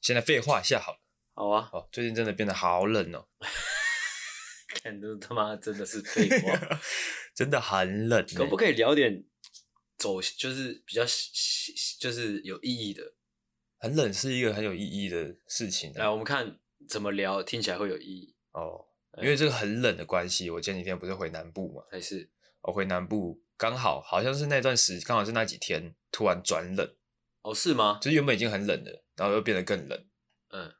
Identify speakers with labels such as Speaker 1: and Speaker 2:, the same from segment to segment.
Speaker 1: 先来废话一下好了。
Speaker 2: 好啊，
Speaker 1: 哦，最近真的变得好冷哦，
Speaker 2: 看都他妈真的是废话，
Speaker 1: 真的很冷、
Speaker 2: 可不
Speaker 1: 欸。
Speaker 2: 可以聊点走，就是比较就是有意义的？
Speaker 1: 很冷是一个很有意义的事情
Speaker 2: 来，
Speaker 1: 啊。
Speaker 2: 我们看怎么聊，听起来会有意义，
Speaker 1: 哦，
Speaker 2: 哎
Speaker 1: 因为这个很冷的关系，我前几天不是回南部嘛，
Speaker 2: 还是
Speaker 1: 我回南部刚好好像是那段时，刚好是那几天突然转冷，
Speaker 2: 哦是吗？
Speaker 1: 就是原本已经很冷了，然后又变得更冷，
Speaker 2: 嗯，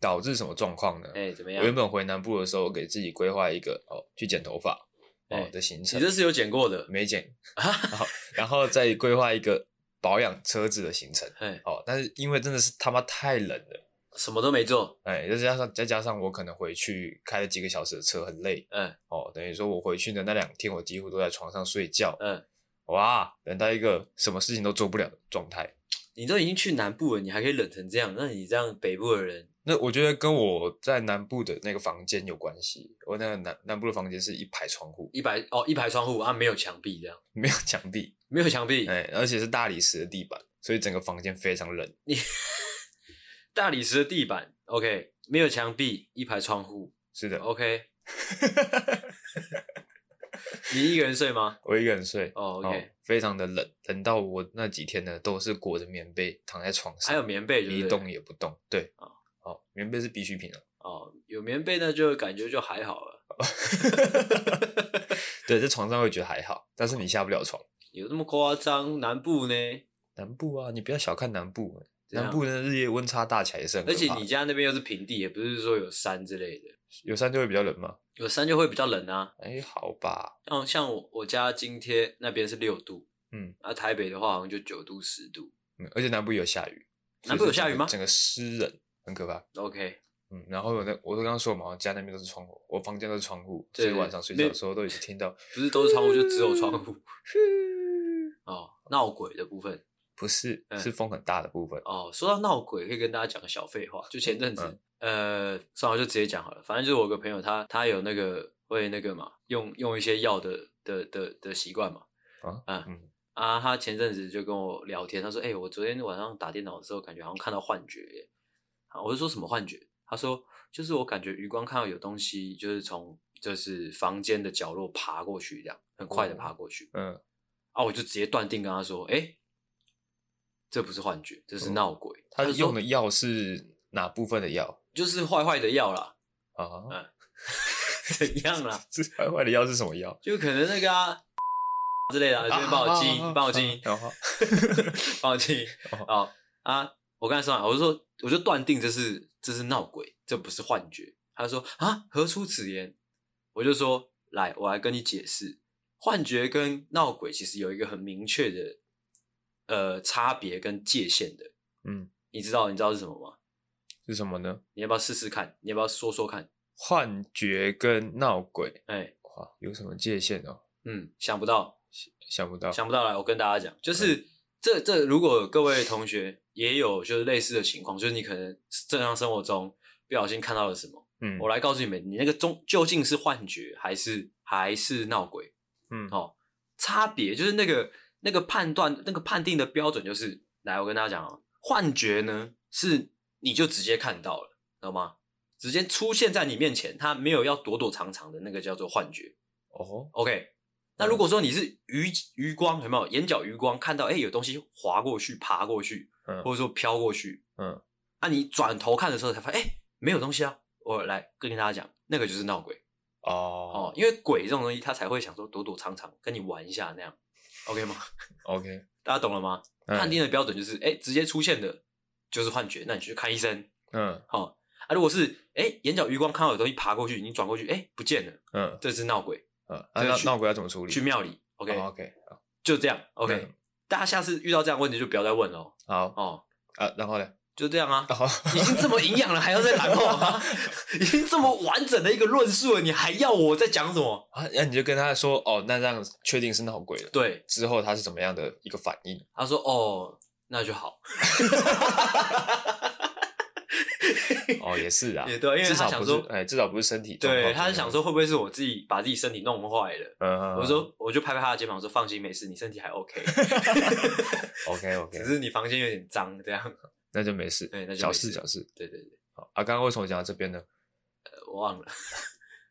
Speaker 1: 导致什么状况呢？
Speaker 2: 哎、怎么样
Speaker 1: 我？原本回南部的时候，我给自己规划一个哦，去剪头发哦、
Speaker 2: 哎
Speaker 1: 的行
Speaker 2: 你
Speaker 1: 程，
Speaker 2: 这是啊有剪过的？
Speaker 1: 没剪，然后 然后再规划一个保养车子的行程。
Speaker 2: 哎、
Speaker 1: 哦，但是因为真的是他妈太冷了，
Speaker 2: 什么都没做，
Speaker 1: 哎，再加上再加上我可能回去开了几个小时的车，很累
Speaker 2: 嗯
Speaker 1: 哦。等于说我回去的那两天，我几乎都在床上睡觉，
Speaker 2: 嗯，
Speaker 1: 哇，冷到一个什么事情都做不了的状态。
Speaker 2: 你都已经去南部了，你还可以冷成这样，那你这样北部的人，
Speaker 1: 那我觉得跟我在南部的那个房间有关系。我那个南南部的房间是一排窗户，
Speaker 2: 一排哦一排窗户啊，没有墙壁这样，
Speaker 1: 没有墙壁，
Speaker 2: 没有墙壁，
Speaker 1: 哎，而且是大理石的地板，所以整个房间非常冷。
Speaker 2: 大理石的地板，OK，没有墙壁，一排窗户
Speaker 1: 是的，
Speaker 2: ，OK。你一个人睡吗？
Speaker 1: 我一个人睡，哦
Speaker 2: 哦，OK，
Speaker 1: 非常的冷，冷到我那几天呢都是裹着棉被躺在床上，
Speaker 2: 还有棉被就是
Speaker 1: 一动也不动。对，
Speaker 2: 哦
Speaker 1: 哦，棉被是必需品 啊。
Speaker 2: 哦，有棉被那就感觉就还好了，
Speaker 1: 对，在床上会觉得还好，但是
Speaker 2: 哦
Speaker 1: 你下不了床。
Speaker 2: 有那么夸张？南部呢？
Speaker 1: 南部啊，你不要小看南部，
Speaker 2: 怎样
Speaker 1: 南部的日夜温差大起来也是很可
Speaker 2: 而
Speaker 1: 怕
Speaker 2: 且你家那边又是平地，也不是说有山之类的，
Speaker 1: 有山就会比较冷嘛。
Speaker 2: 有山就会比较冷啊。
Speaker 1: 哎，好吧，
Speaker 2: 像像我我家今天那边是六度，
Speaker 1: 嗯，
Speaker 2: 那、台北的话好像就九度十度。
Speaker 1: 嗯而且南部也有下雨，
Speaker 2: 南部有下雨吗
Speaker 1: 所以整个整个湿冷，很可怕。
Speaker 2: OK，
Speaker 1: 嗯，然后有那我都刚刚说嘛，我家那边都是窗户，我房间都是窗户，所
Speaker 2: 对
Speaker 1: 以晚上睡觉的时候都一直听到。
Speaker 2: 不是都是窗户，就只有窗户哦。闹鬼的部分
Speaker 1: 不是，
Speaker 2: 嗯
Speaker 1: 是风很大的部分。
Speaker 2: 哦，说到闹鬼，可以跟大家讲个小废话。就前阵子，
Speaker 1: 嗯
Speaker 2: 呃，算了，就直接讲好了。反正就是我有个朋友他，他有那个会那个嘛，用用一些药的的的的习惯嘛。
Speaker 1: 啊
Speaker 2: 啊
Speaker 1: 嗯，
Speaker 2: 啊，他前阵子就跟我聊天，他说：“哎、我昨天晚上打电脑的时候，感觉好像看到幻觉耶。”啊，我就说什么幻觉？他说：“就是我感觉余光看到有东西，就是从就是房间的角落爬过去，这样很快的爬过去。
Speaker 1: 嗯，
Speaker 2: 啊，我就直接断定跟他说：“哎、这不是幻觉，这是闹鬼。
Speaker 1: 哦他
Speaker 2: 就说
Speaker 1: 用的药是哪部分的药
Speaker 2: 就是坏坏的药啦，
Speaker 1: 啊？
Speaker 2: 怎样啦？
Speaker 1: 这坏坏的药是什么药？
Speaker 2: 就可能那个啊 之类的、啊，就是帮我记
Speaker 1: 啊，
Speaker 2: 帮我记，
Speaker 1: 然后
Speaker 2: 帮我记。哦啊，我刚才说完，我就说，我就断定这是这是闹鬼，这不是幻觉。他就说啊，何出此言？我就说，来，我来跟你解释，幻觉跟闹鬼其实有一个很明确的呃差别跟界限的。
Speaker 1: 嗯，
Speaker 2: 你知道你知道是什么吗？
Speaker 1: 是什么呢？
Speaker 2: 你要不要试试看？你要不要说说看？
Speaker 1: 幻觉跟闹鬼，
Speaker 2: 哎、
Speaker 1: 哇，有什么界限哦？
Speaker 2: 嗯，想不到，
Speaker 1: 想不到，
Speaker 2: 想不到来，我跟大家讲，就是这这，如果各位同学也有就是类似的情况，就是你可能正常生活中不小心看到了什么，
Speaker 1: 嗯，
Speaker 2: 我来告诉你们，你那个中究竟是幻觉还是还是闹鬼？
Speaker 1: 嗯，
Speaker 2: 哦，差别就是那个那个判断那个判定的标准就是，来，我跟大家讲哦，幻觉呢是你就直接看到了，懂吗？直接出现在你面前，它没有要躲躲藏藏的那个叫做幻觉。
Speaker 1: 哦，
Speaker 2: OK，那如果说你是余余光有没有眼角余光看到哎、诶有东西划过去、爬过去，
Speaker 1: 嗯
Speaker 2: 或者说飘过去，
Speaker 1: 嗯，
Speaker 2: 啊你转头看的时候才发现哎、诶没有东西啊，我来跟大家讲，那个就是闹鬼哦
Speaker 1: 哦，
Speaker 2: 因为鬼这种东西他才会想说躲躲藏藏跟你玩一下那样，OK 吗？
Speaker 1: ，OK，
Speaker 2: 大家懂了吗？
Speaker 1: 嗯
Speaker 2: 判定的标准就是哎、诶直接出现的就是幻觉，那你去看医生
Speaker 1: 嗯
Speaker 2: 哦。啊，如果是哎、诶眼角余光看到有东西爬过去，你转过去哎、诶不见了，
Speaker 1: 嗯
Speaker 2: 这是闹鬼，
Speaker 1: 嗯，啊
Speaker 2: 这个
Speaker 1: 那
Speaker 2: 去
Speaker 1: 闹鬼要怎么处理
Speaker 2: 去庙里，OK，、
Speaker 1: 哦？OK，好
Speaker 2: 就这样，OK、
Speaker 1: 嗯
Speaker 2: 大家下次遇到这样的问题就不要再问了哦
Speaker 1: 好
Speaker 2: 哦，
Speaker 1: 啊，然后呢？
Speaker 2: 就这 样啊，
Speaker 1: 好，
Speaker 2: 已经这么营养了，还要再然后 吗？已经这么完整的一个论述了，你还要我再讲什么？
Speaker 1: 啊，那你就跟他说哦，那这样确定是闹鬼了。
Speaker 2: 对，
Speaker 1: 之后他是怎么样的一个反应？
Speaker 2: 他说哦，那就好，
Speaker 1: 哦，也是啊，
Speaker 2: 也对因为
Speaker 1: 至
Speaker 2: 他
Speaker 1: 少
Speaker 2: 想
Speaker 1: 不
Speaker 2: 说
Speaker 1: 是，哎，至少不是身体状况。
Speaker 2: 对，他是想，说会不会是我自己把自己身体弄坏了？
Speaker 1: 嗯，
Speaker 2: 我说，我就拍拍他的肩膀 说：“放心，没事，你身体还 OK，
Speaker 1: ，OK OK，
Speaker 2: 只是你房间有点脏，这样
Speaker 1: 那就没事，
Speaker 2: 对那就
Speaker 1: 小
Speaker 2: 没
Speaker 1: 事啊
Speaker 2: 事
Speaker 1: 小事。
Speaker 2: 对对对，
Speaker 1: 好啊，刚刚为什么讲到这边呢？
Speaker 2: 呃我忘了。
Speaker 1: 嗯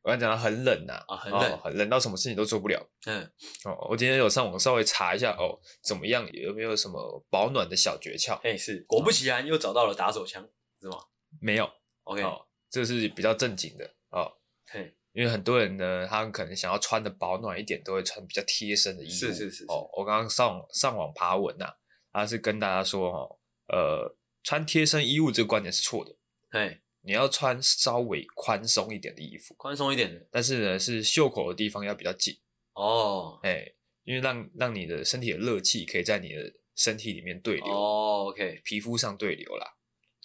Speaker 1: 我刚讲到很冷呐、
Speaker 2: 啊很冷
Speaker 1: 哦很冷到什么事情都做不了。
Speaker 2: 嗯，
Speaker 1: 哦，我今天有上网稍微查一下哦，怎么样有没有什么保暖的小诀窍？
Speaker 2: 哎、是，果不其然又找到了打手枪，是吗
Speaker 1: 没有，
Speaker 2: ？OK，、
Speaker 1: 哦，这是比较正经的哦。
Speaker 2: 嘿，
Speaker 1: 因为很多人呢，他们可能想要穿的保暖一点，都会穿比较贴身的衣服。
Speaker 2: 是是是是
Speaker 1: 哦，我刚刚上上网爬文呐、他是跟大家说哦，呃，穿贴身衣物这个观点是错的，
Speaker 2: 嘿，
Speaker 1: 你要穿稍微宽松一点的衣服，
Speaker 2: 宽松一点的
Speaker 1: 但是呢，是袖口的地方要比较紧，
Speaker 2: 哦。
Speaker 1: 哎，因为让让你的身体的热气可以在你的身体里面对流，
Speaker 2: 哦，OK
Speaker 1: 皮肤上对流啦。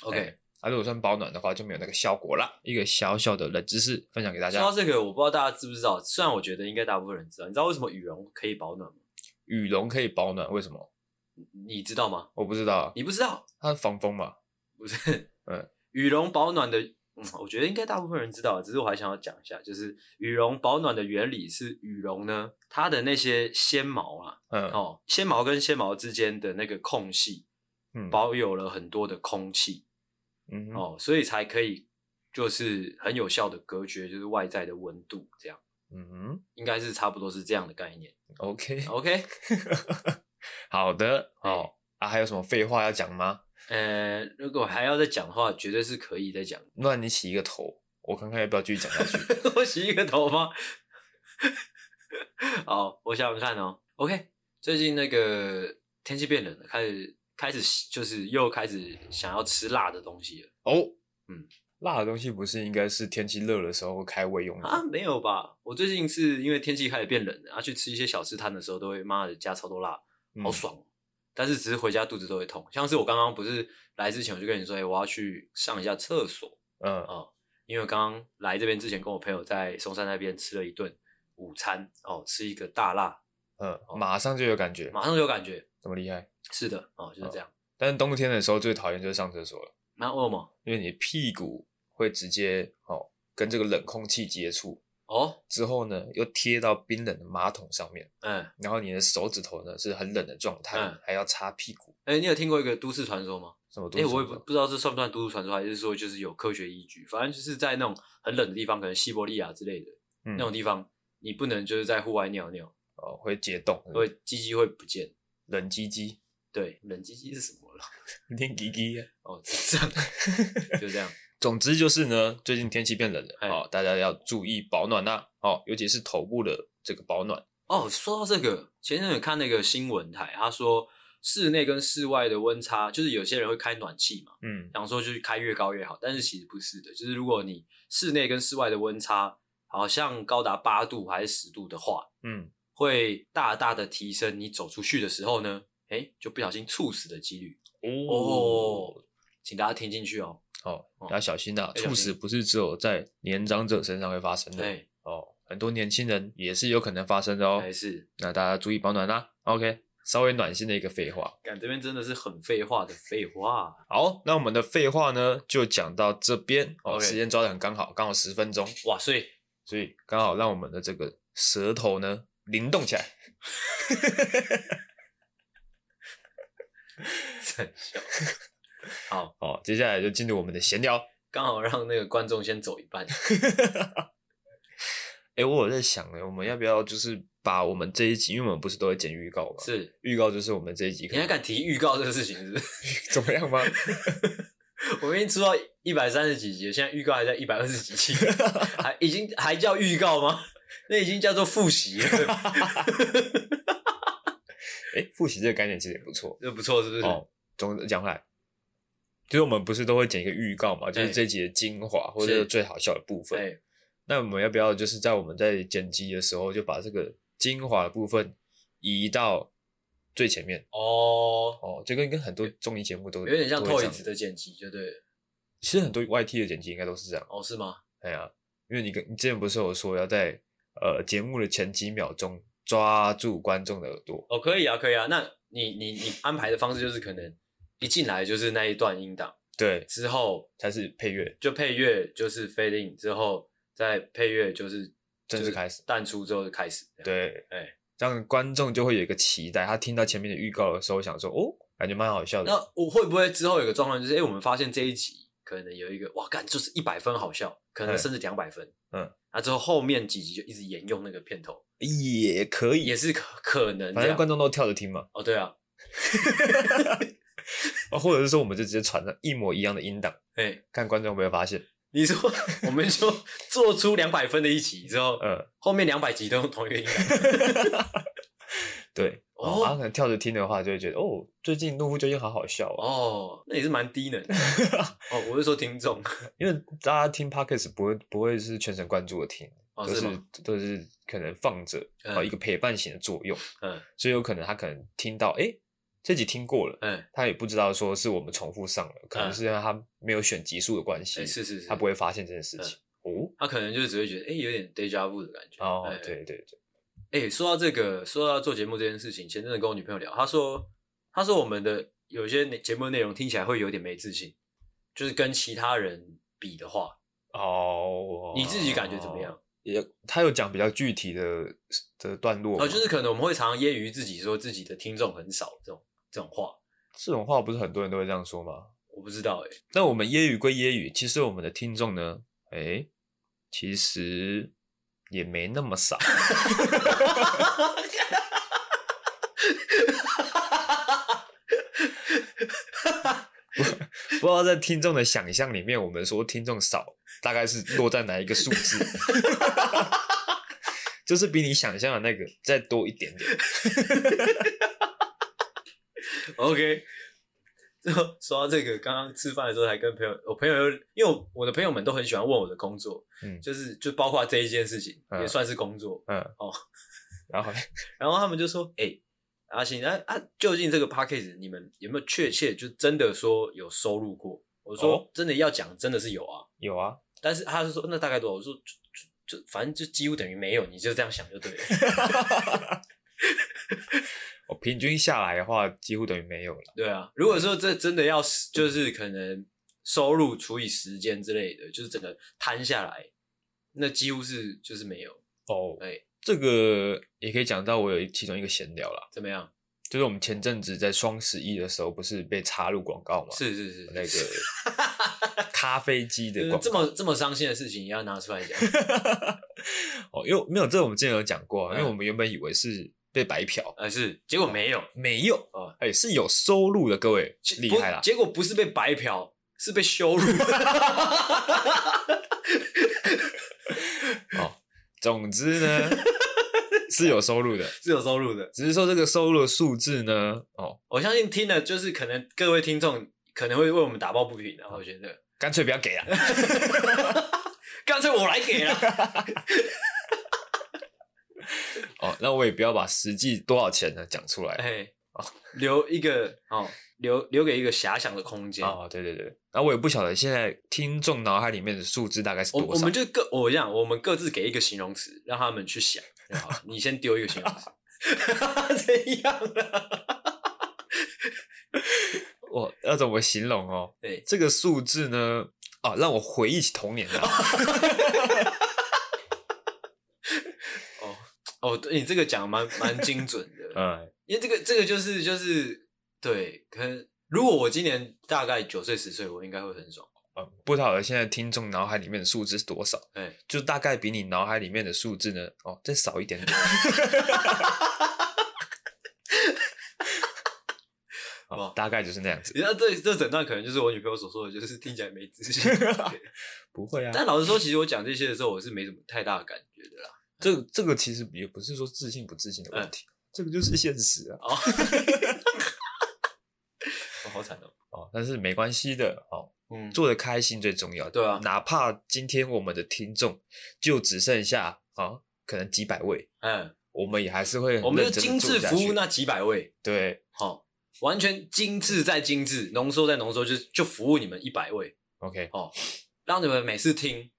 Speaker 2: OK，
Speaker 1: 哎啊，如果穿保暖的话，就没有那个效果啦。一个小小的冷知识分享给大
Speaker 2: 说
Speaker 1: 家
Speaker 2: 到。这个，我不知道大家知不知道，虽然我觉得应该大部分人知道，你知道为什么羽绒可以保暖吗？
Speaker 1: 羽绒可以保暖，为什么？
Speaker 2: 你知道吗？
Speaker 1: 我不知道啊，
Speaker 2: 你不知道？
Speaker 1: 它防风嘛。
Speaker 2: 不是，
Speaker 1: 嗯，
Speaker 2: 羽绒保暖的，嗯，我觉得应该大部分人知道，只是我还想要讲一下，就是羽绒保暖的原理是羽绒呢，它的那些纤毛啊，
Speaker 1: 嗯
Speaker 2: 哦，纤毛跟纤毛之间的那个空隙，
Speaker 1: 嗯
Speaker 2: 保有了很多的空气，
Speaker 1: 嗯哼
Speaker 2: 哦，所以才可以就是很有效的隔绝就是外在的温度，这样
Speaker 1: 嗯哼
Speaker 2: 应该是差不多是这样的概念。
Speaker 1: ，OK，
Speaker 2: OK，
Speaker 1: 好的
Speaker 2: 哎
Speaker 1: 哦。啊，还有什么废话要讲吗？
Speaker 2: 呃，如果还要再讲的话，绝对是可以再讲。
Speaker 1: 那你洗一个头，我看看要不要继续讲下去。
Speaker 2: 我洗一个头吗？ 好，我想想看哦。OK，最近那个天气变冷了，开始开始就是又开始想要吃辣的东西了
Speaker 1: 哦，
Speaker 2: 嗯，
Speaker 1: 辣的东西不是应该是天气热的时候开胃用的
Speaker 2: 啊？
Speaker 1: 吗？
Speaker 2: 没有吧？我最近是因为天气开始变冷了，啊，去吃一些小吃摊的时候，都会妈的加超多辣，
Speaker 1: 嗯
Speaker 2: 好爽哦。但是只是回家肚子都会痛，像是我刚刚不是来之前我就跟你说，哎、我要去上一下厕所，
Speaker 1: 嗯
Speaker 2: 哦，因为我刚刚来这边之前，跟我朋友在松山那边吃了一顿午餐，哦，吃一个大辣，
Speaker 1: 嗯，马上就有感觉，
Speaker 2: 哦马上就有感觉。
Speaker 1: 这么厉害。
Speaker 2: 是的，哦，就是这样。
Speaker 1: 但是冬天的时候最讨厌就是上厕所了，
Speaker 2: 那为什么？
Speaker 1: 因为你屁股会直接哦跟这个冷空气接触，
Speaker 2: 哦，
Speaker 1: 之后呢又贴到冰冷的马桶上面，
Speaker 2: 嗯，
Speaker 1: 然后你的手指头呢是很冷的状态，
Speaker 2: 嗯
Speaker 1: 还要擦屁股，
Speaker 2: 哎、你有听过一个都市传说吗？
Speaker 1: 什么
Speaker 2: 哎、
Speaker 1: 东西？
Speaker 2: 我也不不知道这算不算都市传说，还是说就是有科学依据。反正就是在那种很冷的地方，可能西伯利亚之类的、
Speaker 1: 嗯
Speaker 2: 那种地方，你不能就是在户外尿尿，
Speaker 1: 哦会解冻，
Speaker 2: 会鸡鸡会不见。
Speaker 1: 冷鸡鸡，
Speaker 2: 对，冷鸡鸡是什么了？
Speaker 1: 冷鸡鸡啊。
Speaker 2: 哦，这样， 就这样。
Speaker 1: 总之就是呢，最近天气变冷了，
Speaker 2: 哎
Speaker 1: 哦，大家要注意保暖啦、哦，尤其是头部的这个保暖，
Speaker 2: 哦，说到这个，前阵子看那个新闻台，他说室内跟室外的温差，就是有些人会开暖气嘛，
Speaker 1: 嗯
Speaker 2: 想说就是开越高越好，但是其实不是的，就是如果你室内跟室外的温差好像高达八度还是十度的话，
Speaker 1: 嗯，
Speaker 2: 会大大的提升你走出去的时候呢，哎，就不小心猝死的几率
Speaker 1: 哦，
Speaker 2: 哦，请大家听进去哦。
Speaker 1: 哦，
Speaker 2: 哦
Speaker 1: 大家小心呐、
Speaker 2: 要小心哎
Speaker 1: 猝死不是只有在年长者身上会发生的，
Speaker 2: 对，
Speaker 1: 哦，很多年轻人也是有可能发生的哦
Speaker 2: 还，是
Speaker 1: 那大家注意保暖啦、OK，稍微暖心的一个废话。
Speaker 2: 感这边真的是很废话的废话，
Speaker 1: 好，那我们的废话呢就讲到这边哦
Speaker 2: OK
Speaker 1: 时间抓的很刚好，刚好十分钟，
Speaker 2: 哇，所以
Speaker 1: 所以刚好让我们的这个舌头呢灵动起来。
Speaker 2: 真笑。好，
Speaker 1: 哦，接下来就进入我们的闲聊。
Speaker 2: 刚好让那个观众先走一半。
Speaker 1: 哎、我有在想呢，我们要不要就是把我们这一集，因为我们不是都会剪预告嘛？
Speaker 2: 是，
Speaker 1: 预告就是我们这一集可
Speaker 2: 你还
Speaker 1: 能，
Speaker 2: 敢提预告这个事情是不是？
Speaker 1: 怎么样吗？
Speaker 2: 我们已经出到一百三十几集了，现在预告还在一百二十 几集，还已经还叫预告吗？ 那已经叫做复习了，
Speaker 1: 哎、复习这个概念其实也不错
Speaker 2: 这不错是不是？
Speaker 1: 哦。总之讲回来，就是我们不是都会剪一个预告嘛，就是
Speaker 2: 哎
Speaker 1: 这一集的精华或者
Speaker 2: 是
Speaker 1: 是最好笑的部分。
Speaker 2: 对，
Speaker 1: 那我们要不要就是在我们在剪辑的时候，就把这个精华的部分移到最前面？
Speaker 2: 哦，
Speaker 1: 哦，就跟跟很多综艺节目都
Speaker 2: 有点像
Speaker 1: 都会这
Speaker 2: Toys
Speaker 1: 样
Speaker 2: 的剪辑，就对了。
Speaker 1: 其实很多 YT 的剪辑应该都是这样。
Speaker 2: 哦，是吗？
Speaker 1: 哎呀，因为你跟你之前不是有说要在呃节目的前几秒钟抓住观众的耳朵，
Speaker 2: 哦，可以啊，可以啊。那你你你安排的方式就是可能一进来就是那一段音档，
Speaker 1: 对，
Speaker 2: 之后
Speaker 1: 才是配乐
Speaker 2: 就配乐就是 fade in，之后再配乐就是
Speaker 1: 正式开始，
Speaker 2: 淡出之后就开始。，
Speaker 1: 对，
Speaker 2: 哎，
Speaker 1: 这样观众就会有一个期待，他听到前面的预告的时候想说，哦，感觉蛮好笑的。
Speaker 2: 那我会不会之后有个状况，就是哎、诶我们发现这一集可能有一个哇，干就是一百分好笑，可能
Speaker 1: 嗯
Speaker 2: 甚至两百分，
Speaker 1: 嗯，
Speaker 2: 那之后后面几集就一直沿用那个片头，
Speaker 1: 也可以
Speaker 2: 也，是可可能
Speaker 1: 反
Speaker 2: 这
Speaker 1: 正
Speaker 2: 样。
Speaker 1: 观众都跳着听嘛，
Speaker 2: 哦，对啊，
Speaker 1: 啊或者是说我们就直接传上一模一样的音档，
Speaker 2: 哎、
Speaker 1: 看观众有没有发现。
Speaker 2: 你说我们说 做出两百分的一集之后，
Speaker 1: 嗯，
Speaker 2: 后面两百集都用同一个音 档，
Speaker 1: 对，
Speaker 2: 哦
Speaker 1: 哦，啊，可能跳着听的话，就会觉得哦，最近《怒夫究竟》好好笑哦，
Speaker 2: 哦，那也是蛮低能 的。哦，我是说听众，
Speaker 1: 因为大家听 podcast 不会不会是全神贯注的听，
Speaker 2: 哦，
Speaker 1: 都
Speaker 2: 是
Speaker 1: 是
Speaker 2: 吗？
Speaker 1: 都是可能放着
Speaker 2: 嗯
Speaker 1: 啊、一个陪伴型的作用，
Speaker 2: 嗯
Speaker 1: 所以有可能他可能听到诶这集听过了，
Speaker 2: 嗯，哎、
Speaker 1: 他也不知道说是我们重复上了，可能
Speaker 2: 嗯哎
Speaker 1: 是因为他没有选集数的关系，
Speaker 2: 是嗯是是，
Speaker 1: 他不会发现这件事情。哦，
Speaker 2: 他可能就只会觉得，哎、有点 deja vu 的感觉。
Speaker 1: 哦
Speaker 2: 哎，
Speaker 1: 对对对，
Speaker 2: 哎、说到这个，说到做节目这件事情，前阵子跟我女朋友聊，她说，她说我们的有些内节目内容听起来会有点没自信，就是跟其他人比的话，
Speaker 1: 哦，
Speaker 2: 你自己感觉怎么样？？
Speaker 1: 也，他有讲比较具体的的段落吗，
Speaker 2: 哦，就是可能我们会常常揶揄自己，说自己的听众很少这种这种话，
Speaker 1: 这种话，不是很多人都会这样说吗？
Speaker 2: 我不知道哎、
Speaker 1: 那我们揶揄归揶揄，其实我们的听众呢，诶，其实也没那么少。不知道在听众的想象里面，我们说听众少，大概是落在哪一个数字？ 就是比你想象的那个再多一点点。
Speaker 2: OK，就说到这个，刚刚吃饭的时候还跟朋友，我朋友又因为我我的朋友们都很喜欢问我的工作，
Speaker 1: 嗯
Speaker 2: 就是就包括这一件事情、
Speaker 1: 嗯
Speaker 2: 也算是工作，
Speaker 1: 嗯，
Speaker 2: 哦。
Speaker 1: 然后嘞
Speaker 2: 然后他们就说：“哎、阿信，啊啊，究竟这个 p a c k a g e 你们有没有确切就真的说有收入过？”我说：“
Speaker 1: 哦
Speaker 2: 真的要讲，真的是有啊。
Speaker 1: 有啊，”
Speaker 2: 但是他就说：“那大概多少？”我说：“就就就反正就几乎等于没有，你就这样想就对了。
Speaker 1: 我平均下来的话，几乎等于没有了。”
Speaker 2: 对啊，如果说这真的要是就是可能收入除以时间之类的，就是整个摊下来，那几乎是就是没有。
Speaker 1: 哦
Speaker 2: 哎、
Speaker 1: 这个也可以讲到我有其中一个闲聊啦，
Speaker 2: 怎么样？
Speaker 1: 就是我们前阵子在双十一的时候，不是被插入广告嘛？
Speaker 2: 是是是，
Speaker 1: 那个 咖啡机的
Speaker 2: 就是
Speaker 1: 广
Speaker 2: 这
Speaker 1: 告。
Speaker 2: 么这么伤心的事情也要拿出来讲。
Speaker 1: 哦，因为没有这个我们之前有讲过啊，因为
Speaker 2: 嗯
Speaker 1: 我们原本以为是被白嫖，
Speaker 2: 呃，是，结果没有。
Speaker 1: 没有
Speaker 2: 哦，
Speaker 1: 哎、是有收入的，各位
Speaker 2: 结
Speaker 1: 厉
Speaker 2: 不
Speaker 1: 害啦！
Speaker 2: 结果不是被白嫖，是被羞辱。
Speaker 1: 总之 呢，是有收入的，
Speaker 2: 是有收入的。
Speaker 1: 只是说这个收入的数字呢，哦，
Speaker 2: 我相信听了就是可能各位听众可能会为我们打抱不平啊，我觉得
Speaker 1: 干脆不要给啊。
Speaker 2: 干脆我来给了。
Speaker 1: 哦，那我也不要把实际多少钱呢讲出来。
Speaker 2: 哎，留一个哦，留留给一个遐想的空间。
Speaker 1: 哦，对对对，那我也不晓得现在听众脑海里面的数字大概是
Speaker 2: 我
Speaker 1: 多少。
Speaker 2: 我们就各我这样，我们各自给一个形容词，让他们去想就好了。你先丢一个形容 词， 怎样啊？
Speaker 1: 我要怎么形容哦？
Speaker 2: 对，
Speaker 1: 这个数字呢，啊，让我回忆起童年啊。
Speaker 2: 哦哦，对你这个讲蛮蛮精准的。
Speaker 1: 嗯，
Speaker 2: 因为这个这个就是就是对，可能如果我今年大概九岁十岁，我应该会很爽。
Speaker 1: 呃，不晓得现在听众脑海里面的数字是多少，
Speaker 2: 哎、
Speaker 1: 就大概比你脑海里面的数字呢，哦，再少一 点点。哦
Speaker 2: 哇，
Speaker 1: 大概就是那样子
Speaker 2: 你。知道这这整段可能就是我女朋友所说的，就是听起来没自信。
Speaker 1: 不会啊，
Speaker 2: 但老实说，其实我讲这些的时候，我是没什么太大的感觉的啦。
Speaker 1: 这个这个其实也不是说自信不自信的
Speaker 2: 嗯
Speaker 1: 问题，这个就是现实啊。
Speaker 2: 哦，我好惨哦。
Speaker 1: 哦，但是没关系的哦，
Speaker 2: 嗯，
Speaker 1: 做的开心最重要。
Speaker 2: 对啊
Speaker 1: 哪怕今天我们的听众就只剩下啊、可能几百位，
Speaker 2: 嗯，
Speaker 1: 我们也还是会很
Speaker 2: 我们
Speaker 1: 嗯
Speaker 2: 就
Speaker 1: 认真地
Speaker 2: 精致
Speaker 1: 做下
Speaker 2: 服务
Speaker 1: 去
Speaker 2: 那几百位，
Speaker 1: 对
Speaker 2: 好、哦，完全精致再精致，浓缩再浓缩，就就服务你们一百位，哦
Speaker 1: ，OK，
Speaker 2: 让你们每次听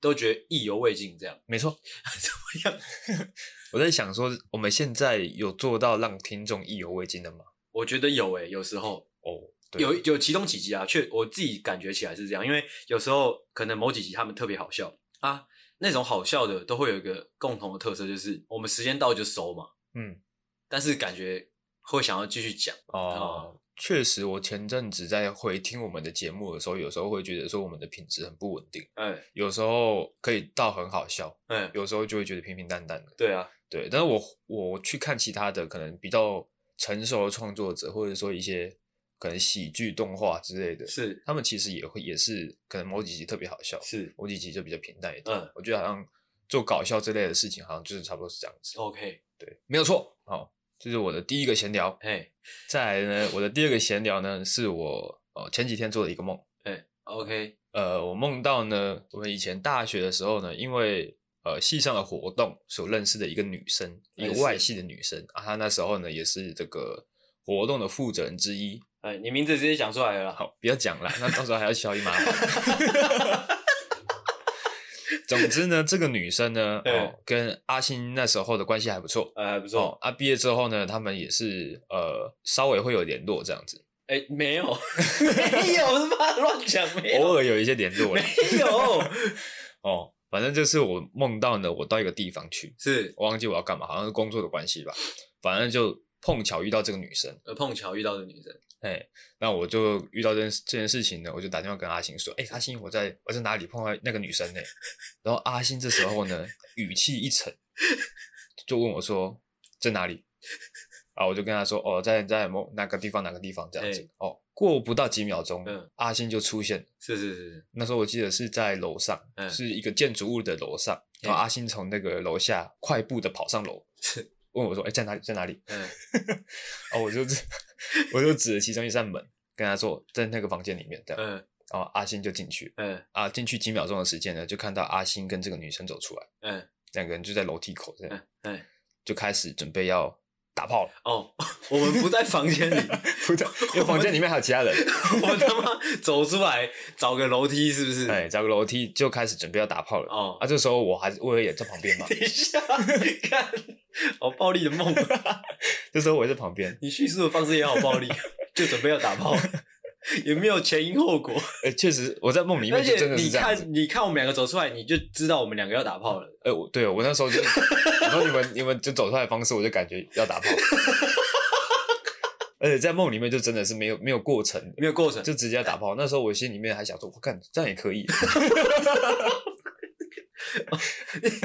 Speaker 2: 都觉得意犹未尽，这样
Speaker 1: 没错。
Speaker 2: 怎么样？
Speaker 1: 我在想说，我们现在有做到让听众意犹未尽的吗？
Speaker 2: 我觉得有诶、有时候
Speaker 1: 哦，对
Speaker 2: 有有其中几集啊，确我自己感觉起来是这样，因为有时候可能某几集他们特别好笑啊，那种好笑的都会有一个共同的特色，就是我们时间到就收嘛，
Speaker 1: 嗯
Speaker 2: 但是感觉会想要继续讲，
Speaker 1: 哦，确实，我前阵子在回听我们的节目的时候，有时候会觉得说我们的品质很不稳定，
Speaker 2: 哎
Speaker 1: 有时候可以到很好笑，
Speaker 2: 哎，
Speaker 1: 有时候就会觉得平平淡淡的。
Speaker 2: 对啊，
Speaker 1: 对，但是我我去看其他的可能比较成熟的创作者，或者说一些可能喜剧、动画之类的，
Speaker 2: 是
Speaker 1: 他们其实也会也是可能某几集特别好笑，
Speaker 2: 是
Speaker 1: 某几集就比较平淡一点。
Speaker 2: 嗯
Speaker 1: 我觉得好像做搞笑这类的事情，好像就是差不多是这样子。
Speaker 2: ，OK，
Speaker 1: 对，没有错。好、这是我的第一个闲聊。
Speaker 2: 哎
Speaker 1: 再来呢，我的第二个闲聊呢，是我哦前几天做的一个梦。
Speaker 2: 哎，OK，
Speaker 1: 呃，我梦到呢，我们以前大学的时候呢，因为呃系上的活动所认识的一个女生，一
Speaker 2: 认
Speaker 1: 个
Speaker 2: 识
Speaker 1: 外系的女生啊，她那时候呢也是这个活动的负责人之一。
Speaker 2: 哎，你名字直接讲出来了啦，
Speaker 1: 好，不要讲了，那到时候还要消一麻烦。 总之呢，这个女生呢，
Speaker 2: 嗯
Speaker 1: 哦，跟阿星那时候的关系还不错。
Speaker 2: 哎，还不
Speaker 1: 哦
Speaker 2: 错，，
Speaker 1: 啊，毕业之后呢，他们也是呃稍微会有联络这样子，
Speaker 2: 哎，没有，没有，他妈乱讲，没有，
Speaker 1: 偶尔有一些联络啦。
Speaker 2: 没有，
Speaker 1: 哦，反正就是我梦到呢，我到一个地方去，
Speaker 2: 是
Speaker 1: 我忘记我要干嘛，好像是工作的关系吧，反正就碰巧遇到这个女生，
Speaker 2: 呃碰巧遇到的女生，
Speaker 1: 哎，那我就遇到这件这件事情呢，我就打电话跟阿星说，哎，阿星，我在我在哪里碰到那个女生呢？然后阿星这时候呢，语气一沉，就问我说在哪里？啊，我就跟他说，哦，在在某哪个地方哪个地方这样子。哦，过不到几秒钟，
Speaker 2: 嗯
Speaker 1: 阿星就出现了
Speaker 2: 是是是，
Speaker 1: 那时候我记得是在楼上，
Speaker 2: 嗯
Speaker 1: 是一个建筑物的楼上，然后
Speaker 2: 嗯
Speaker 1: 阿星从那个楼下快步的跑上楼，
Speaker 2: 是
Speaker 1: 问我说：“哎、在哪里？在哪里
Speaker 2: 嗯，？”
Speaker 1: 哦，我就指 我就指着其中一扇门，跟他说在那个房间里面这样。
Speaker 2: 嗯
Speaker 1: 然后阿星就进去，
Speaker 2: 嗯
Speaker 1: 啊，进去几秒钟的时间呢，就看到阿星跟这个女生走出来，
Speaker 2: 嗯
Speaker 1: 两个人就在楼梯口这样，
Speaker 2: 嗯嗯，
Speaker 1: 就开始准备要打炮 了。
Speaker 2: 哦，我们不在房间里，
Speaker 1: 不对，因为房间里面还有其他人，
Speaker 2: 我们他妈走出来找个楼梯，是不是？
Speaker 1: 哎，找个楼梯就开始准备要打炮了。
Speaker 2: 哦
Speaker 1: 啊，，这时候我还是我也在旁边 嘛，
Speaker 2: 等一下，看，好暴力的梦，啊
Speaker 1: 这时候我也在旁边，
Speaker 2: 你叙述的方式也好暴力，啊就准备要 打炮，也没有前因后果，
Speaker 1: 哎，确实我在梦里
Speaker 2: 而
Speaker 1: 面就真的
Speaker 2: 且你
Speaker 1: 是这样子。
Speaker 2: 看，你看我们两个走出来，你就知道我们两个要打炮了。
Speaker 1: 哎、我对我那时候就，我说你们你们就走出来的方式，我就感觉要打炮， 而且在梦里面就真的是没有没有过程的，
Speaker 2: 没有过程，
Speaker 1: 就直接打炮。那时候我心里面还想说，我看这样也可以，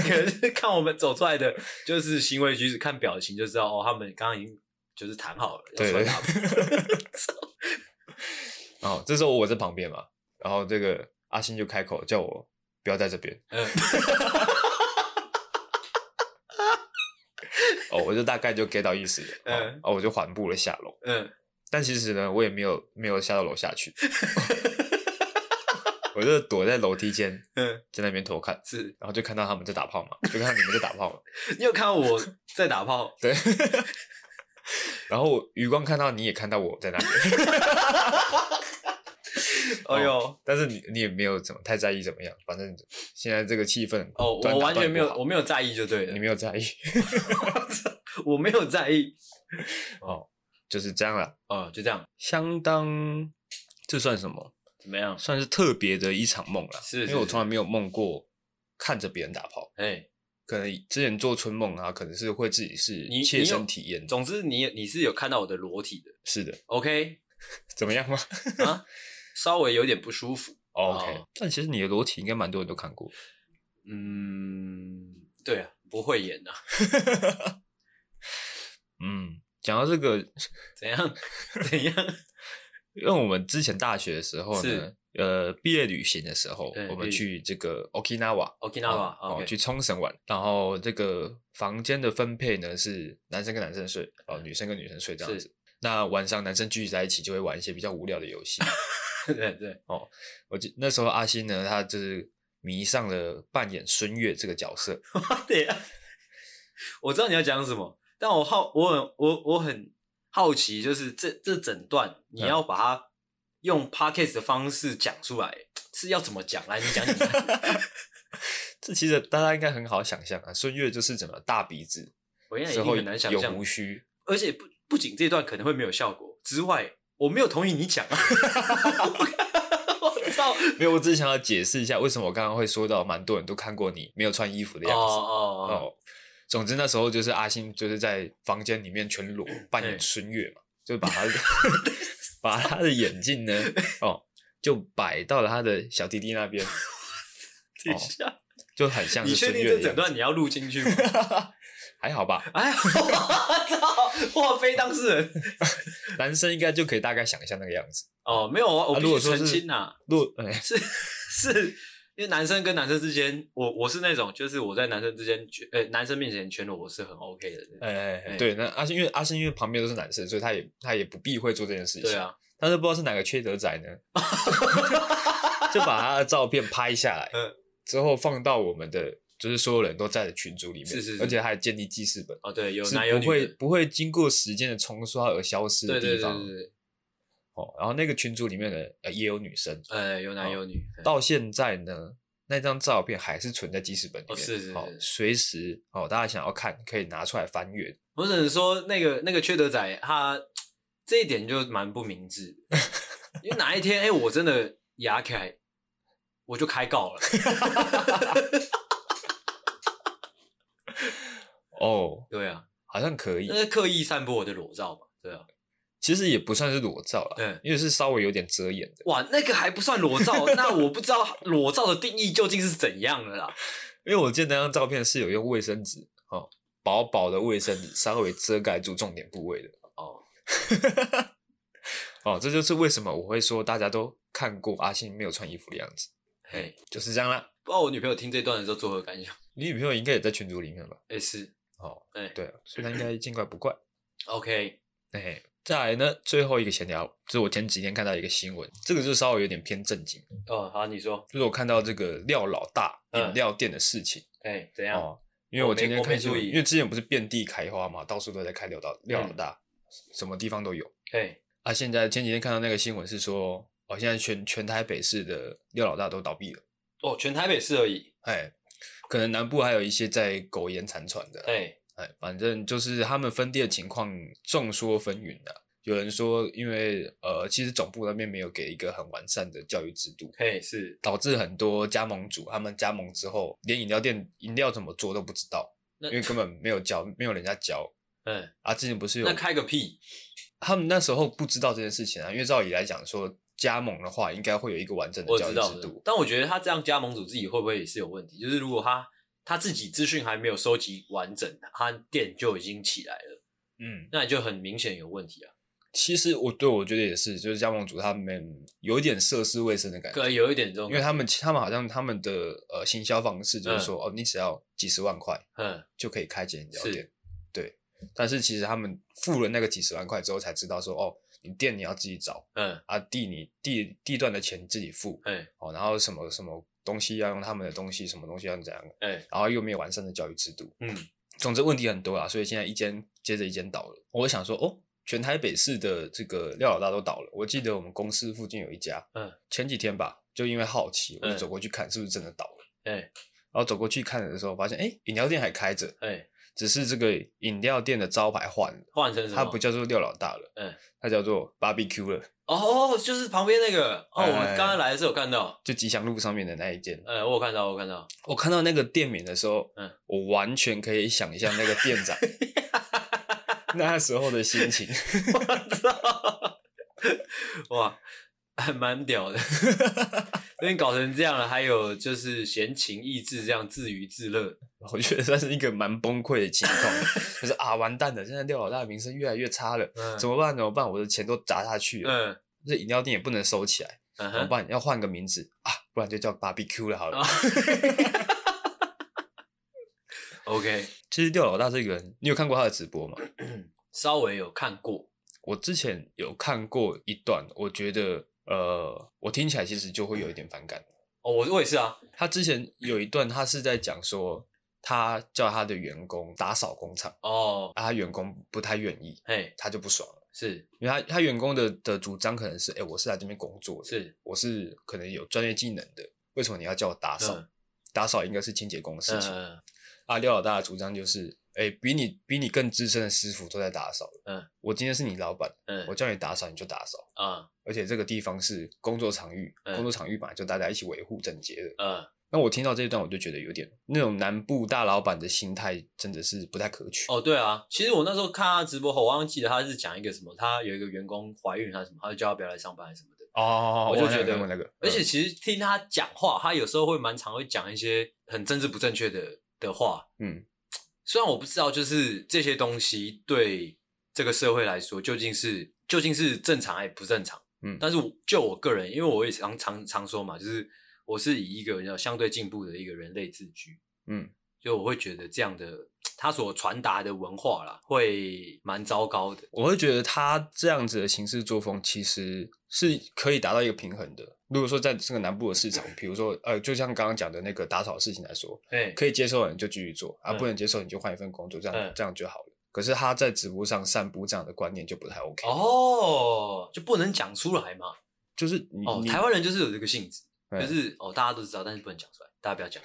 Speaker 2: 可是看我们走出来的，就是行为举止，看表情就知道哦，他们刚刚已经就是谈好了要
Speaker 1: 对
Speaker 2: 出来打炮。
Speaker 1: 然后这时候我在旁边嘛，然后这个阿星就开口叫我不要在这边，
Speaker 2: 嗯，
Speaker 1: 哦，我就大概就 get 到意思了，哦
Speaker 2: 嗯
Speaker 1: 然后我就缓步的下楼，
Speaker 2: 嗯，
Speaker 1: 但其实呢，我也没有没有下到楼下去， 我就躲在楼梯间
Speaker 2: 嗯，
Speaker 1: 在那边偷看，
Speaker 2: 是
Speaker 1: 然后就看到他们在打炮嘛，就看到你们在打炮嘛。
Speaker 2: 你有看到我在打炮？
Speaker 1: 对。然后我余光看到你也看到我在那里，哦
Speaker 2: 哎呦，
Speaker 1: 但是你你也没有怎么太在意怎么样，反正现在这个气氛
Speaker 2: 哦，
Speaker 1: 断
Speaker 2: 我
Speaker 1: 打
Speaker 2: 完全
Speaker 1: 断
Speaker 2: 没
Speaker 1: 不
Speaker 2: 有，
Speaker 1: 好
Speaker 2: 我没有在意就对
Speaker 1: 你
Speaker 2: 了，
Speaker 1: 没有在意
Speaker 2: 我没有在意。
Speaker 1: 哦，就是这样啦。
Speaker 2: 哦，就这样，
Speaker 1: 相当这算什么？
Speaker 2: 怎么样？
Speaker 1: 算是特别的一场梦啦，
Speaker 2: 是
Speaker 1: 因为
Speaker 2: 是
Speaker 1: 我
Speaker 2: 是
Speaker 1: 从来没有梦过看着别人打炮，
Speaker 2: 哎，
Speaker 1: 可能之前做春梦啊，可能是会自己是
Speaker 2: 你
Speaker 1: 切
Speaker 2: 你有
Speaker 1: 身体验，
Speaker 2: 总之你你是有看到我的裸体的
Speaker 1: 是的，
Speaker 2: ，OK
Speaker 1: 怎么样吗
Speaker 2: 啊，稍微有点不舒服。
Speaker 1: 哦？OK，但其实你的裸体应该蛮多人都看过，
Speaker 2: 嗯，对啊，不会演啊，
Speaker 1: 嗯，讲到这个
Speaker 2: 怎样怎样？
Speaker 1: 因为我们之前大学的时候呢
Speaker 2: 是，
Speaker 1: 呃，毕业旅行的时候
Speaker 2: 对，
Speaker 1: 我
Speaker 2: 毕
Speaker 1: 们
Speaker 2: 业
Speaker 1: 去这个 Okinawa，
Speaker 2: Okinawa，
Speaker 1: 哦，
Speaker 2: OK
Speaker 1: 去冲绳玩。然后这个房间的分配呢是男生跟男生睡，哦，女生跟女生睡这样子。那晚上男生聚集在一起就会玩一些比较无聊的游戏。
Speaker 2: 对对，
Speaker 1: 我记那时候阿星呢，他就是迷上了扮演孙悦这个角色。
Speaker 2: 对啊，我知道你要讲什么，但我好，我很我我很好奇，就是这这整段你
Speaker 1: 嗯
Speaker 2: 要把它用 podcast 的方式讲出来，是要怎么讲？啊来，你 讲讲看。
Speaker 1: 这其实大家应该很好想象啊，孙悦就是怎么大鼻子，
Speaker 2: 我现在已
Speaker 1: 之
Speaker 2: 经
Speaker 1: 后
Speaker 2: 很难想
Speaker 1: 有
Speaker 2: 象
Speaker 1: 胡，须，
Speaker 2: 而且不不仅这段可能会没有效果之外，我没有同意你讲啊。我操！
Speaker 1: 没有，我只是想要解释一下为什么我刚刚会说到蛮多人都看过你没有穿衣服的
Speaker 2: 哦
Speaker 1: 样子。
Speaker 2: 哦哦，
Speaker 1: 哦，总之那时候 就是阿星就是在房间里面全裸扮演孙悦嘛，就把他把他的眼镜呢，哦，就摆到了他的小弟弟那边，
Speaker 2: 等一下，
Speaker 1: 就很像
Speaker 2: 你
Speaker 1: 是
Speaker 2: 确
Speaker 1: 孙
Speaker 2: 定
Speaker 1: 悦
Speaker 2: 这
Speaker 1: 的样
Speaker 2: 整
Speaker 1: 子。
Speaker 2: 段你要录进 去吗？
Speaker 1: 还好吧，
Speaker 2: 哎，我操！哇，非当事人
Speaker 1: 男生应该就可以大概想一下那个样子。
Speaker 2: 哦，没有啊，我
Speaker 1: 啊
Speaker 2: 必
Speaker 1: 如果
Speaker 2: 须
Speaker 1: 说
Speaker 2: 澄
Speaker 1: 是
Speaker 2: 清呐、啊，
Speaker 1: 如果哎，
Speaker 2: 是是因为男生跟男生之间，我我是那种，就是我在男生之间全，呃、男生面前全裸我是很 OK 的人。
Speaker 1: 哎哎
Speaker 2: 哎
Speaker 1: 哎，对，那阿信因为阿信因为旁边都是男生，所以他也他也不避讳做这件事情。
Speaker 2: 对，啊，
Speaker 1: 但是不知道是哪个缺德仔 呢，就把他的照片拍下来
Speaker 2: 嗯，
Speaker 1: 之后放到我们的就是所有人都在的群组里面，
Speaker 2: 是是是
Speaker 1: 而且还建立记事本，
Speaker 2: 哦对，有
Speaker 1: 是
Speaker 2: 男有女
Speaker 1: 不会
Speaker 2: 的，
Speaker 1: 不会经过时间的冲刷而消失
Speaker 2: 对
Speaker 1: 的
Speaker 2: 对
Speaker 1: 地
Speaker 2: 对
Speaker 1: 方。
Speaker 2: 对对，
Speaker 1: 哦，然后那个群组里面的呃也有女生，
Speaker 2: 呃，有
Speaker 1: 哦
Speaker 2: 男有女，嗯
Speaker 1: 到现在呢，那张照片还是存在记事本里面，
Speaker 2: 哦是是
Speaker 1: 哦
Speaker 2: 是，
Speaker 1: 随时哦大家想要看可以拿出来翻阅。
Speaker 2: 我只能说那个那个缺德仔他这一点就蛮不明智的，因为哪一天哎、我真的牙开，我就开告了。
Speaker 1: 哦，
Speaker 2: 对啊，
Speaker 1: 好像可以
Speaker 2: 那，是刻意散播我的裸照嘛？对啊，
Speaker 1: 其实也不算是裸照啦，
Speaker 2: 嗯
Speaker 1: 因为是稍微有点遮掩的。
Speaker 2: 哇，那个还不算裸照，那我不知道裸照的定义究竟是怎样的啦。
Speaker 1: 因为我记得那张照片是有用卫生纸哦，薄薄的卫生纸稍微遮盖住重点部位的
Speaker 2: 哦，
Speaker 1: 哦，这就是为什么我会说大家都看过阿信没有穿衣服的样子，
Speaker 2: 嘿，
Speaker 1: 就是这样啦。
Speaker 2: 不知道我女朋友听这段的时候作何感想？
Speaker 1: 你女朋友应该也在群组里面吧？
Speaker 2: 哎、是，
Speaker 1: 哦，
Speaker 2: 哎、
Speaker 1: 对啊，所以她应该见怪不怪。
Speaker 2: ，OK，
Speaker 1: 嘿嘿，再来呢，最后一个闲聊，就是我前几天看到一个新闻，这个就稍微有点偏正经，
Speaker 2: 哦，好，你说，
Speaker 1: 就是我看到这个廖老大
Speaker 2: 嗯
Speaker 1: 饮料店的事情、
Speaker 2: 哎、怎样？
Speaker 1: 哦，因为我今天
Speaker 2: 我没
Speaker 1: 看新
Speaker 2: 我没
Speaker 1: 闻，
Speaker 2: 注意嗯
Speaker 1: 因为之前不是遍地开花嘛，到处都在开廖老廖老大，什么地方都有。
Speaker 2: 哎、
Speaker 1: 啊，现在前几天看到那个新闻是说，哦，现在全全台北市的廖老大都倒闭了，
Speaker 2: 哦，全台北市而已，
Speaker 1: 哎，可能南部还有一些在苟延残喘的，
Speaker 2: 哎、
Speaker 1: 哎，反正就是他们分店的情况众说纷纭的、有人说，因为呃，其实总部那边没有给一个很完善的教育制度，
Speaker 2: 嘿、是，
Speaker 1: 导致很多加盟主他们加盟之后，连饮料店饮料怎么做都不知道，
Speaker 2: 那
Speaker 1: 因为根本没有教，没有人家教。
Speaker 2: 嗯、
Speaker 1: 啊，之前不是有
Speaker 2: 那开个屁，
Speaker 1: 他们那时候不知道这件事情啊，因为照理来讲说加盟的话，应该会有一个完整的
Speaker 2: 我
Speaker 1: 教
Speaker 2: 知
Speaker 1: 育
Speaker 2: 道
Speaker 1: 制
Speaker 2: 的
Speaker 1: 度。
Speaker 2: 但我觉得他这样加盟主自己会不会也是有问题？就是如果他他自己资讯还没有收集完整，他店就已经起来了，
Speaker 1: 嗯，
Speaker 2: 那你就很明显有问题啊。
Speaker 1: 其实我对我觉得也是，就是加盟主他们有一点涉世未深的感
Speaker 2: 可
Speaker 1: 觉，
Speaker 2: 能有一点这种
Speaker 1: 因
Speaker 2: 感
Speaker 1: 为
Speaker 2: 觉，
Speaker 1: 他们他们好像他们的呃行销方式就是说、哦，你只要几十万块
Speaker 2: 嗯，
Speaker 1: 就可以开间饮料
Speaker 2: 是
Speaker 1: 店，对。但是其实他们付了那个几十万块之后，才知道说哦，你店你要自己找
Speaker 2: 嗯，
Speaker 1: 啊，地你地地段的钱你自己付
Speaker 2: 哎
Speaker 1: 哦，然后什么什么东西要用他们的东西，什么东西要怎样，
Speaker 2: 哎，
Speaker 1: 然后又没有完善的教育制度，
Speaker 2: 嗯，
Speaker 1: 总之问题很多啦，所以现在一间接着一间倒了。我想说，哦，全台北市的这个廖老大都倒了。我记得我们公司附近有一家，
Speaker 2: 嗯，
Speaker 1: 前几天吧，就因为好奇，我就
Speaker 2: 嗯
Speaker 1: 走过去看是不是真的倒了。
Speaker 2: 哎
Speaker 1: 然后走过去看的时候，发现哎，饮料店还开着，
Speaker 2: 哎，
Speaker 1: 只是这个饮料店的招牌换了，
Speaker 2: 换成什么？
Speaker 1: 它不叫做廖老大了，
Speaker 2: 哦嗯，
Speaker 1: 它叫做 BBQ 了，
Speaker 2: 哦，就是旁边那个哦，
Speaker 1: 哎
Speaker 2: 我们刚刚来的时候有看到，
Speaker 1: 就吉祥路上面的那一间。
Speaker 2: 呃，我有看到，我有看到，
Speaker 1: 我看到那个店名的时候，
Speaker 2: 嗯，
Speaker 1: 我完全可以想象那个店 长那时候的心情。
Speaker 2: 哇，还蛮屌的， 那你搞成这样了，还有就是闲情逸致这样自娱自乐，
Speaker 1: 我觉得算是一个蛮崩溃的情况， 就是啊，完蛋了，现在廖老大的名声越来越差了，
Speaker 2: 嗯
Speaker 1: 怎么办？怎么办？我的钱都砸下去了，
Speaker 2: 嗯
Speaker 1: 这饮料店也不能收起来，
Speaker 2: 嗯
Speaker 1: 怎么
Speaker 2: 哼，
Speaker 1: 办？要换个名字啊，不然就叫 BBQ 了好了。
Speaker 2: 啊 OK，
Speaker 1: 其实廖老大这个人，你有看过他的直播吗？
Speaker 2: 稍微有看过，
Speaker 1: 我之前有看过一段，我觉得呃，我听起来其实就会有一点反感。
Speaker 2: 哦，我我也是啊，
Speaker 1: 他之前有一段，他是在讲说，他叫他的员工打扫工厂，
Speaker 2: 哦，
Speaker 1: 啊，他员工不太愿意，
Speaker 2: 嘿，
Speaker 1: 他就不爽了。
Speaker 2: 是
Speaker 1: 因为他他员工的的主张可能是，哎、我是来这边工作的，
Speaker 2: 是，
Speaker 1: 我是可能有专业技能的，为什么你要叫我打扫？
Speaker 2: 嗯
Speaker 1: 打扫应该是清洁工的事情。
Speaker 2: 嗯
Speaker 1: 啊，廖老大的主张就是，哎、比你比你更资深的师傅都在打扫了，
Speaker 2: 嗯，
Speaker 1: 我今天是你老板，
Speaker 2: 嗯
Speaker 1: 我叫你打扫你就打扫，
Speaker 2: 嗯
Speaker 1: 而且这个地方是工作场域，
Speaker 2: 嗯
Speaker 1: 工作场域本来就大家一起维护整洁的，
Speaker 2: 嗯，
Speaker 1: 那我听到这一段，我就觉得有点那种南部大老板的心态真的是不太可取。
Speaker 2: 哦，对啊，其实我那时候看他直播后，我忘记了他是讲一个什么，他有一个员工怀孕还是什么，他就叫他不要来上班还是什么的。
Speaker 1: 哦
Speaker 2: 我就觉
Speaker 1: 那
Speaker 2: 得
Speaker 1: 个那个，
Speaker 2: 而且其实听他讲话，他有时候会蛮常会讲一些很政治不正确的的话。
Speaker 1: 嗯，
Speaker 2: 虽然我不知道，就是这些东西对这个社会来说究竟是究竟是正常还是不正常。
Speaker 1: 嗯
Speaker 2: 但是我就我个人，因为我也常常常说嘛，就是我是以一个你知道相对进步的一个人类自居。
Speaker 1: 嗯
Speaker 2: 就我会觉得这样的他所传达的文化啦，会蛮糟糕的。
Speaker 1: 我会觉得他这样子的行事作风其实是可以达到一个平衡的。如果说在这个南部的市场，比如说呃，就像刚刚讲的那个打扫的事情来说，
Speaker 2: 哎
Speaker 1: 可以接受的人就继续做，啊，
Speaker 2: 嗯
Speaker 1: 不能接受你就换一份工作，这样、
Speaker 2: 嗯
Speaker 1: 这样就好了。可是他在直播上散布这样的观念就不太 OK，、
Speaker 2: 哦，就不能讲出来嘛。
Speaker 1: 就是你、
Speaker 2: 哦，
Speaker 1: 你
Speaker 2: 台湾人就是有这个性质，
Speaker 1: 嗯
Speaker 2: 就是哦，大家都知道，但是不能讲出来，大家不要讲。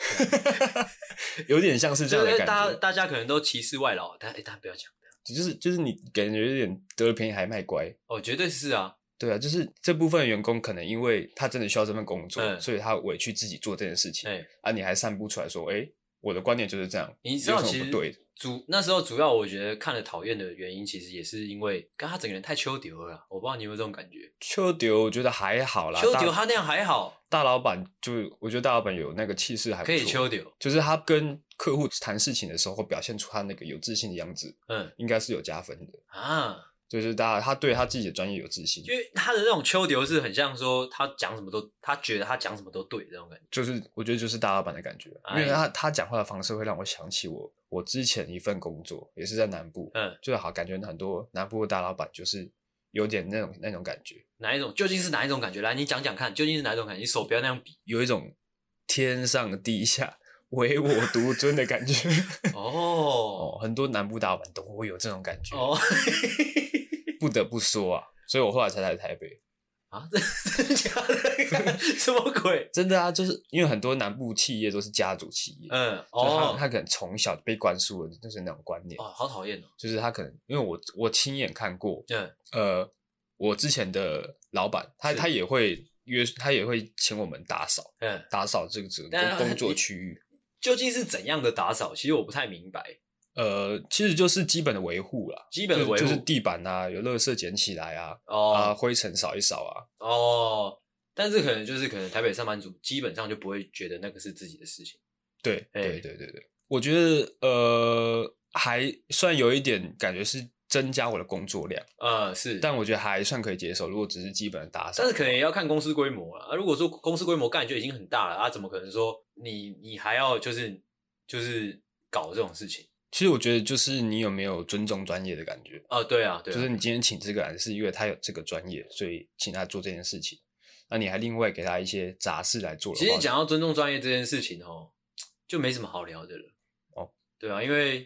Speaker 1: 有点像是 这样
Speaker 2: 就
Speaker 1: 的
Speaker 2: 是
Speaker 1: 感
Speaker 2: 大家
Speaker 1: 觉，
Speaker 2: 大家可能都歧视外劳，但哎，大家不要讲。
Speaker 1: 就是就是你感觉有点得了便宜还卖乖，
Speaker 2: 哦，绝对是啊，
Speaker 1: 对啊，就是这部分员工可能因为他真的需要这份工作，
Speaker 2: 嗯
Speaker 1: 所以他委屈自己做这件事情，
Speaker 2: 哎，
Speaker 1: 啊，你还散布出来说，哎、我的观点就是这样，
Speaker 2: 你知道
Speaker 1: 有
Speaker 2: 其
Speaker 1: 什么
Speaker 2: 实
Speaker 1: 不对的？
Speaker 2: 主那时候主要我觉得看了讨厌的原因，其实也是因为刚他整个人太丘丢了啦，啊我不知道你有没有这种感觉。
Speaker 1: 秋丢我觉得还好啦，
Speaker 2: 丘
Speaker 1: 大
Speaker 2: 丢他那样还好，
Speaker 1: 大老板就我觉得大老板有那个气势还不
Speaker 2: 可以
Speaker 1: 错
Speaker 2: 丘丢，
Speaker 1: 就是他跟客户谈事情的时候，表现出他那个有自信的样子，
Speaker 2: 嗯
Speaker 1: 应该是有加分的。
Speaker 2: 啊，
Speaker 1: 就是大家他对他自己的专业有自信，
Speaker 2: 因为他的那种丘流是很像说他讲什么都，他觉得他讲什么都对那种感觉。
Speaker 1: 就是我觉得就是大老板的感觉，因
Speaker 2: 哎
Speaker 1: 为他他讲话的方式会让我想起我我之前一份工作也是在南部，
Speaker 2: 嗯，
Speaker 1: 就好感觉很多南部的大老板就是有点那种那种感觉，
Speaker 2: 哪一种究竟是哪一种感觉？来，你讲讲看，究竟是哪一种感觉？你手不要那样比
Speaker 1: 有一种天上地下唯我独尊的感 觉。
Speaker 2: 哦
Speaker 1: 哦，很多南部大老板都会有这种感觉，
Speaker 2: 哦
Speaker 1: 不得不说啊，所以我后来才来台北。
Speaker 2: 啊，这真的假的？ 什么鬼？
Speaker 1: 真的啊，就是因为很多南部企业都是家族企业，
Speaker 2: 嗯
Speaker 1: 就是他
Speaker 2: 哦
Speaker 1: 他可能从小被灌输的就是那种观念，
Speaker 2: 哦，好讨厌哦。
Speaker 1: 就是他可能因为我我亲眼看过，
Speaker 2: 嗯
Speaker 1: 呃，我之前的老板他
Speaker 2: 是
Speaker 1: 他也会约他也会请我们打扫
Speaker 2: 嗯，
Speaker 1: 打扫这个整
Speaker 2: 但
Speaker 1: 个
Speaker 2: 他
Speaker 1: 工作区域，
Speaker 2: 究竟是怎样的打扫？其实我不太明白。
Speaker 1: 呃，其实就是基本的维护啦，
Speaker 2: 基本的维护
Speaker 1: 就是就是地板啊有垃圾捡起来啊。啊，
Speaker 2: 哦
Speaker 1: 灰尘扫一扫啊，
Speaker 2: 哦，但是可能就是可能台北上班族基本上就不会觉得那个是自己的事情。
Speaker 1: 对，
Speaker 2: 哎
Speaker 1: 对，对，对，对，我觉得呃，还算有一点感觉是增加我的工作量，
Speaker 2: 呃，是，
Speaker 1: 但我觉得还算可以接受。如果只是基本的打扫，
Speaker 2: 但是可能也要看公司规模了。啊，如果说公司规模干就已经很大了，啊，怎么可能说你你还要就是就是搞这种事情？
Speaker 1: 其实我觉得就是你有没有尊重专业的感觉，
Speaker 2: 啊，对啊，对啊，
Speaker 1: 就是你今天请这个人是因为他有这个专业，所以请他做这件事情。那你还另外给他一些杂事来做的
Speaker 2: 啊其
Speaker 1: 话，
Speaker 2: 实讲到尊重专业这件事情哦，就没什么好聊的了。
Speaker 1: 哦，
Speaker 2: 对啊，因为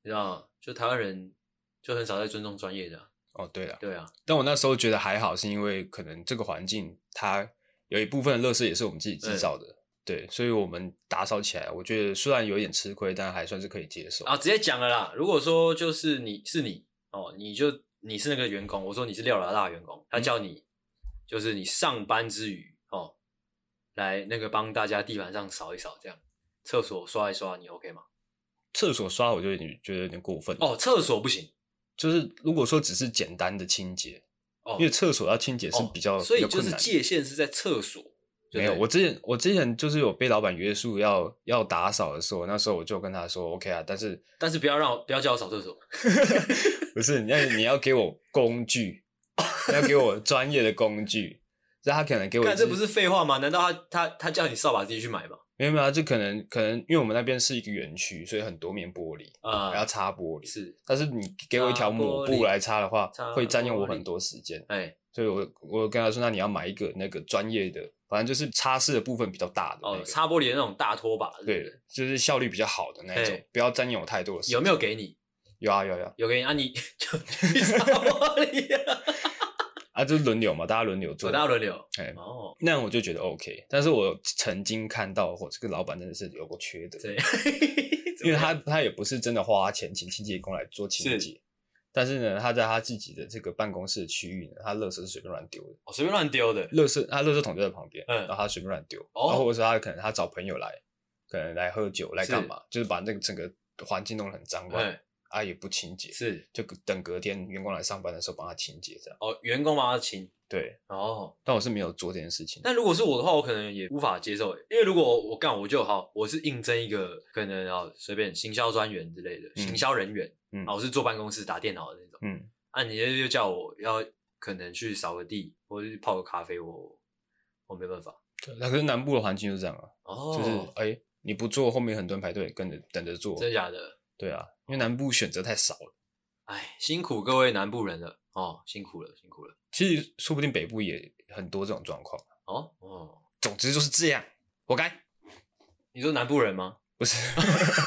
Speaker 2: 你知道，就台湾人就很少在尊重专业的啊、
Speaker 1: 哦，对了，
Speaker 2: 对啊，
Speaker 1: 但我那时候觉得还好，是因为可能这个环境它有一部分的垃圾也是我们自己制造的，对，所以我们打扫起来，我觉得虽然有点吃亏，但还算是可以接受。
Speaker 2: 啊，直接讲了啦。如果说就是你是你哦，你就你是那个员工，我说你是廖老大的员工，
Speaker 1: 嗯
Speaker 2: 他叫你、就是你上班之余哦，来那个帮大家地板上扫一扫，这样厕所刷一刷，你 OK 吗？
Speaker 1: 厕所刷我就有点觉得有点过分，
Speaker 2: 哦，厕所不行
Speaker 1: 就是如果说只是简单的清洁，
Speaker 2: 哦
Speaker 1: 因，为厕所要清洁是比较、
Speaker 2: 哦所以
Speaker 1: 比较
Speaker 2: 就
Speaker 1: 困
Speaker 2: 是
Speaker 1: 难的。
Speaker 2: 界限是在厕所，对
Speaker 1: 没有，我
Speaker 2: 不对
Speaker 1: 之前我之前就是有被老板约束要要打扫的时候，那时候我就跟他说 OK 啊，但是
Speaker 2: 但是不要让我不要叫我扫厕所
Speaker 1: 不是你要你要给我工 具，你要给我专业的工具，那他可能给我一
Speaker 2: 看这
Speaker 1: 支
Speaker 2: 不是废话吗？难道他他他叫你扫把自己去买吗？
Speaker 1: 没有没有啊，就可能可能因为我们那边是一个园区，所以很多面玻璃，
Speaker 2: 啊、
Speaker 1: 然后擦玻璃。
Speaker 2: 是
Speaker 1: 但是你给我一条抹
Speaker 2: 擦玻
Speaker 1: 布
Speaker 2: 璃
Speaker 1: 来擦的话
Speaker 2: 擦，
Speaker 1: 会占用我
Speaker 2: 玻璃
Speaker 1: 很多时间。
Speaker 2: 哎、
Speaker 1: 所以我我跟他说，那你要买一个那个专业的，反正就是擦拭的部分比较大的那
Speaker 2: 哦，
Speaker 1: 个，
Speaker 2: 擦玻璃的那种大拖把，是不是
Speaker 1: 对，就是效率比较好的那一种
Speaker 2: 嘿，
Speaker 1: 不要占用我太多的时间。
Speaker 2: 有没有？给你？
Speaker 1: 有啊有啊有啊
Speaker 2: 有给你啊，你 就去沙漠里啊，
Speaker 1: 啊，就是轮流嘛，大家轮流做
Speaker 2: 左。大轮流。
Speaker 1: 哎，
Speaker 2: 哦，
Speaker 1: 那样我就觉得 OK。但是我曾经看到，我这个老板真的是有个缺德，
Speaker 2: 对，
Speaker 1: 因为他他也不是真的花钱请清洁工来做清
Speaker 2: 是
Speaker 1: 洁，但是呢，他在他自己的这个办公室的区域呢，他垃圾是随便乱丢的，
Speaker 2: 我随便乱丢的。
Speaker 1: 垃圾他垃圾桶就在旁边，
Speaker 2: 嗯
Speaker 1: 然后他随便乱丢，
Speaker 2: 哦
Speaker 1: 然后或者是他可能他找朋友来，可能来喝酒来
Speaker 2: 是
Speaker 1: 干嘛，就是把那个整个环境弄得很脏乱，
Speaker 2: 嗯，
Speaker 1: 啊也不清洁，
Speaker 2: 是
Speaker 1: 就等隔天员工来上班的时候帮他清洁这样。
Speaker 2: 哦，员工帮他清。
Speaker 1: 对，
Speaker 2: 哦，
Speaker 1: 但我是没有做这件事情。
Speaker 2: 但如果是我的话，我可能也无法接受，因为如果我干我就好，我是应征一个可能啊随便行销专员之类的
Speaker 1: 嗯
Speaker 2: 行销人员，
Speaker 1: 嗯
Speaker 2: 啊我是坐办公室打电脑的那种，
Speaker 1: 嗯，
Speaker 2: 啊你就就叫我要可能去扫个地或者去泡个咖啡，我我没办法。
Speaker 1: 对那可是南部的环境就是这样啊，
Speaker 2: 哦，
Speaker 1: 就是哎、你不做，后面很多人排队跟着等着做。
Speaker 2: 真的假的？
Speaker 1: 对啊，因为南部选择太少了。
Speaker 2: 哎，辛苦各位南部人了哦，辛苦了，辛苦了。
Speaker 1: 其实说不定北部也很多这种状况。
Speaker 2: 哦哦，
Speaker 1: 总之就是这样，活该。
Speaker 2: 你说南部人吗？
Speaker 1: 不是，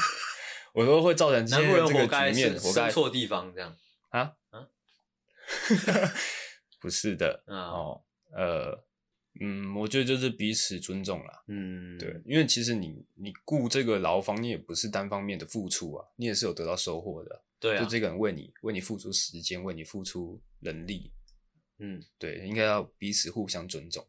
Speaker 1: 我说会造成今
Speaker 2: 南
Speaker 1: 天
Speaker 2: 部人
Speaker 1: 这
Speaker 2: 活
Speaker 1: 个
Speaker 2: 该
Speaker 1: 局面，
Speaker 2: 是
Speaker 1: 活
Speaker 2: 生
Speaker 1: 该
Speaker 2: 错地方这样。
Speaker 1: 啊
Speaker 2: 啊
Speaker 1: 不是的
Speaker 2: 嗯、啊、
Speaker 1: 哦，呃，嗯，我觉得就是彼此尊重啦。
Speaker 2: 嗯，
Speaker 1: 对，，因为其实你你雇这个劳方，你也不是单方面的付出啊，你也是有得到收获的。
Speaker 2: 对啊
Speaker 1: 就，这个人为你为你付出时间，为你付出人力，
Speaker 2: 嗯，
Speaker 1: 对，应该要彼此互相尊重。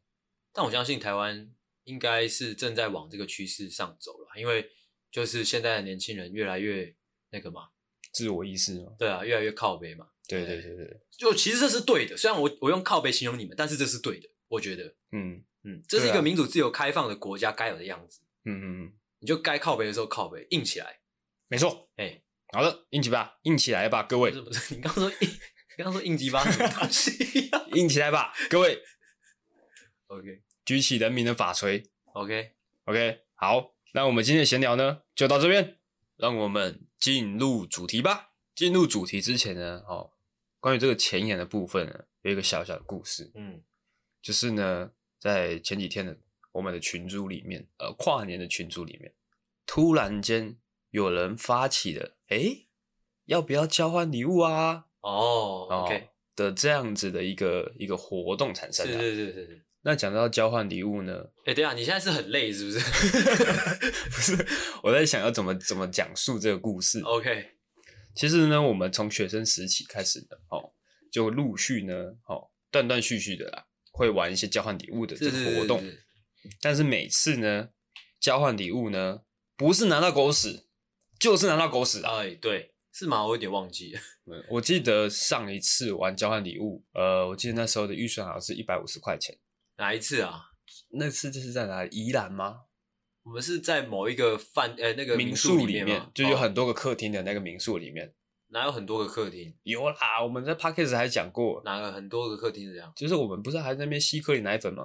Speaker 2: 但我相信台湾应该是正在往这个趋势上走了，因为就是现在的年轻人越来越那个嘛，
Speaker 1: 自我意识嘛，
Speaker 2: 对啊，越来越靠北嘛。
Speaker 1: 对对对对，
Speaker 2: 就其实这是对的，虽然我我用靠北形容你们，但是这是对的，我觉得，
Speaker 1: 嗯
Speaker 2: 嗯，这是一
Speaker 1: 对
Speaker 2: 个
Speaker 1: 啊
Speaker 2: 民主、自由、开放的国家该有的样子。
Speaker 1: 嗯嗯嗯，
Speaker 2: 你就该靠北的时候靠北，硬起来，
Speaker 1: 没错。
Speaker 2: 哎、
Speaker 1: 好的，硬起吧，硬起来吧，各位
Speaker 2: 不是，不是，你刚说应，你刚说应急吧什么东西、
Speaker 1: 硬起来吧，各位，
Speaker 2: o k
Speaker 1: 举起人民的法锤。
Speaker 2: OK，
Speaker 1: OK，好，那我们今天的闲聊呢就到这边，让我们进入主题吧。进入主题之前呢，哦，关于这个前言的部分呢，有一个小小的故事，
Speaker 2: 嗯，
Speaker 1: 就是呢，在前几天的我们的群组里面，呃，跨年的群组里面，突然间有人发起了，诶，要不要交换礼物啊？
Speaker 2: 哦、
Speaker 1: 哦
Speaker 2: o k
Speaker 1: 的这样子的一个一个活动产生
Speaker 2: 是
Speaker 1: 的、
Speaker 2: 是是是是。
Speaker 1: 那讲到交换礼物呢，
Speaker 2: 哎、等一下，你现在是很累是不是
Speaker 1: 不是我在想要怎么怎么讲述这个故事。
Speaker 2: ？OK，
Speaker 1: 其实呢，我们从学生时期开始的哦，就陆续呢，哦，断断续续的啦，会玩一些交换礼物的这
Speaker 2: 是
Speaker 1: 个
Speaker 2: 是
Speaker 1: 活动。
Speaker 2: 是是
Speaker 1: 但是每次呢，交换礼物呢，不是拿到狗屎，就是拿到狗屎啊！
Speaker 2: 哎，对，是吗？我有点忘记了。
Speaker 1: 嗯我记得上一次玩交换礼物，呃，我记得那时候的预算好像是一百五十块钱。
Speaker 2: 哪一次啊？
Speaker 1: 那次这是在哪里？宜兰吗？
Speaker 2: 我们是在某一个饭，呃、那个
Speaker 1: 民
Speaker 2: 宿
Speaker 1: 宿里
Speaker 2: 面
Speaker 1: 面
Speaker 2: 嘛，，
Speaker 1: 就有
Speaker 2: 哦
Speaker 1: 很多个客厅的那个民宿里面。
Speaker 2: 哪有很多个客厅，
Speaker 1: 有啦，我们在 p o d c a s t 还讲过，
Speaker 2: 哪个很多个客厅是这样？
Speaker 1: 就是我们不是还在那边吸颗粒奶粉吗？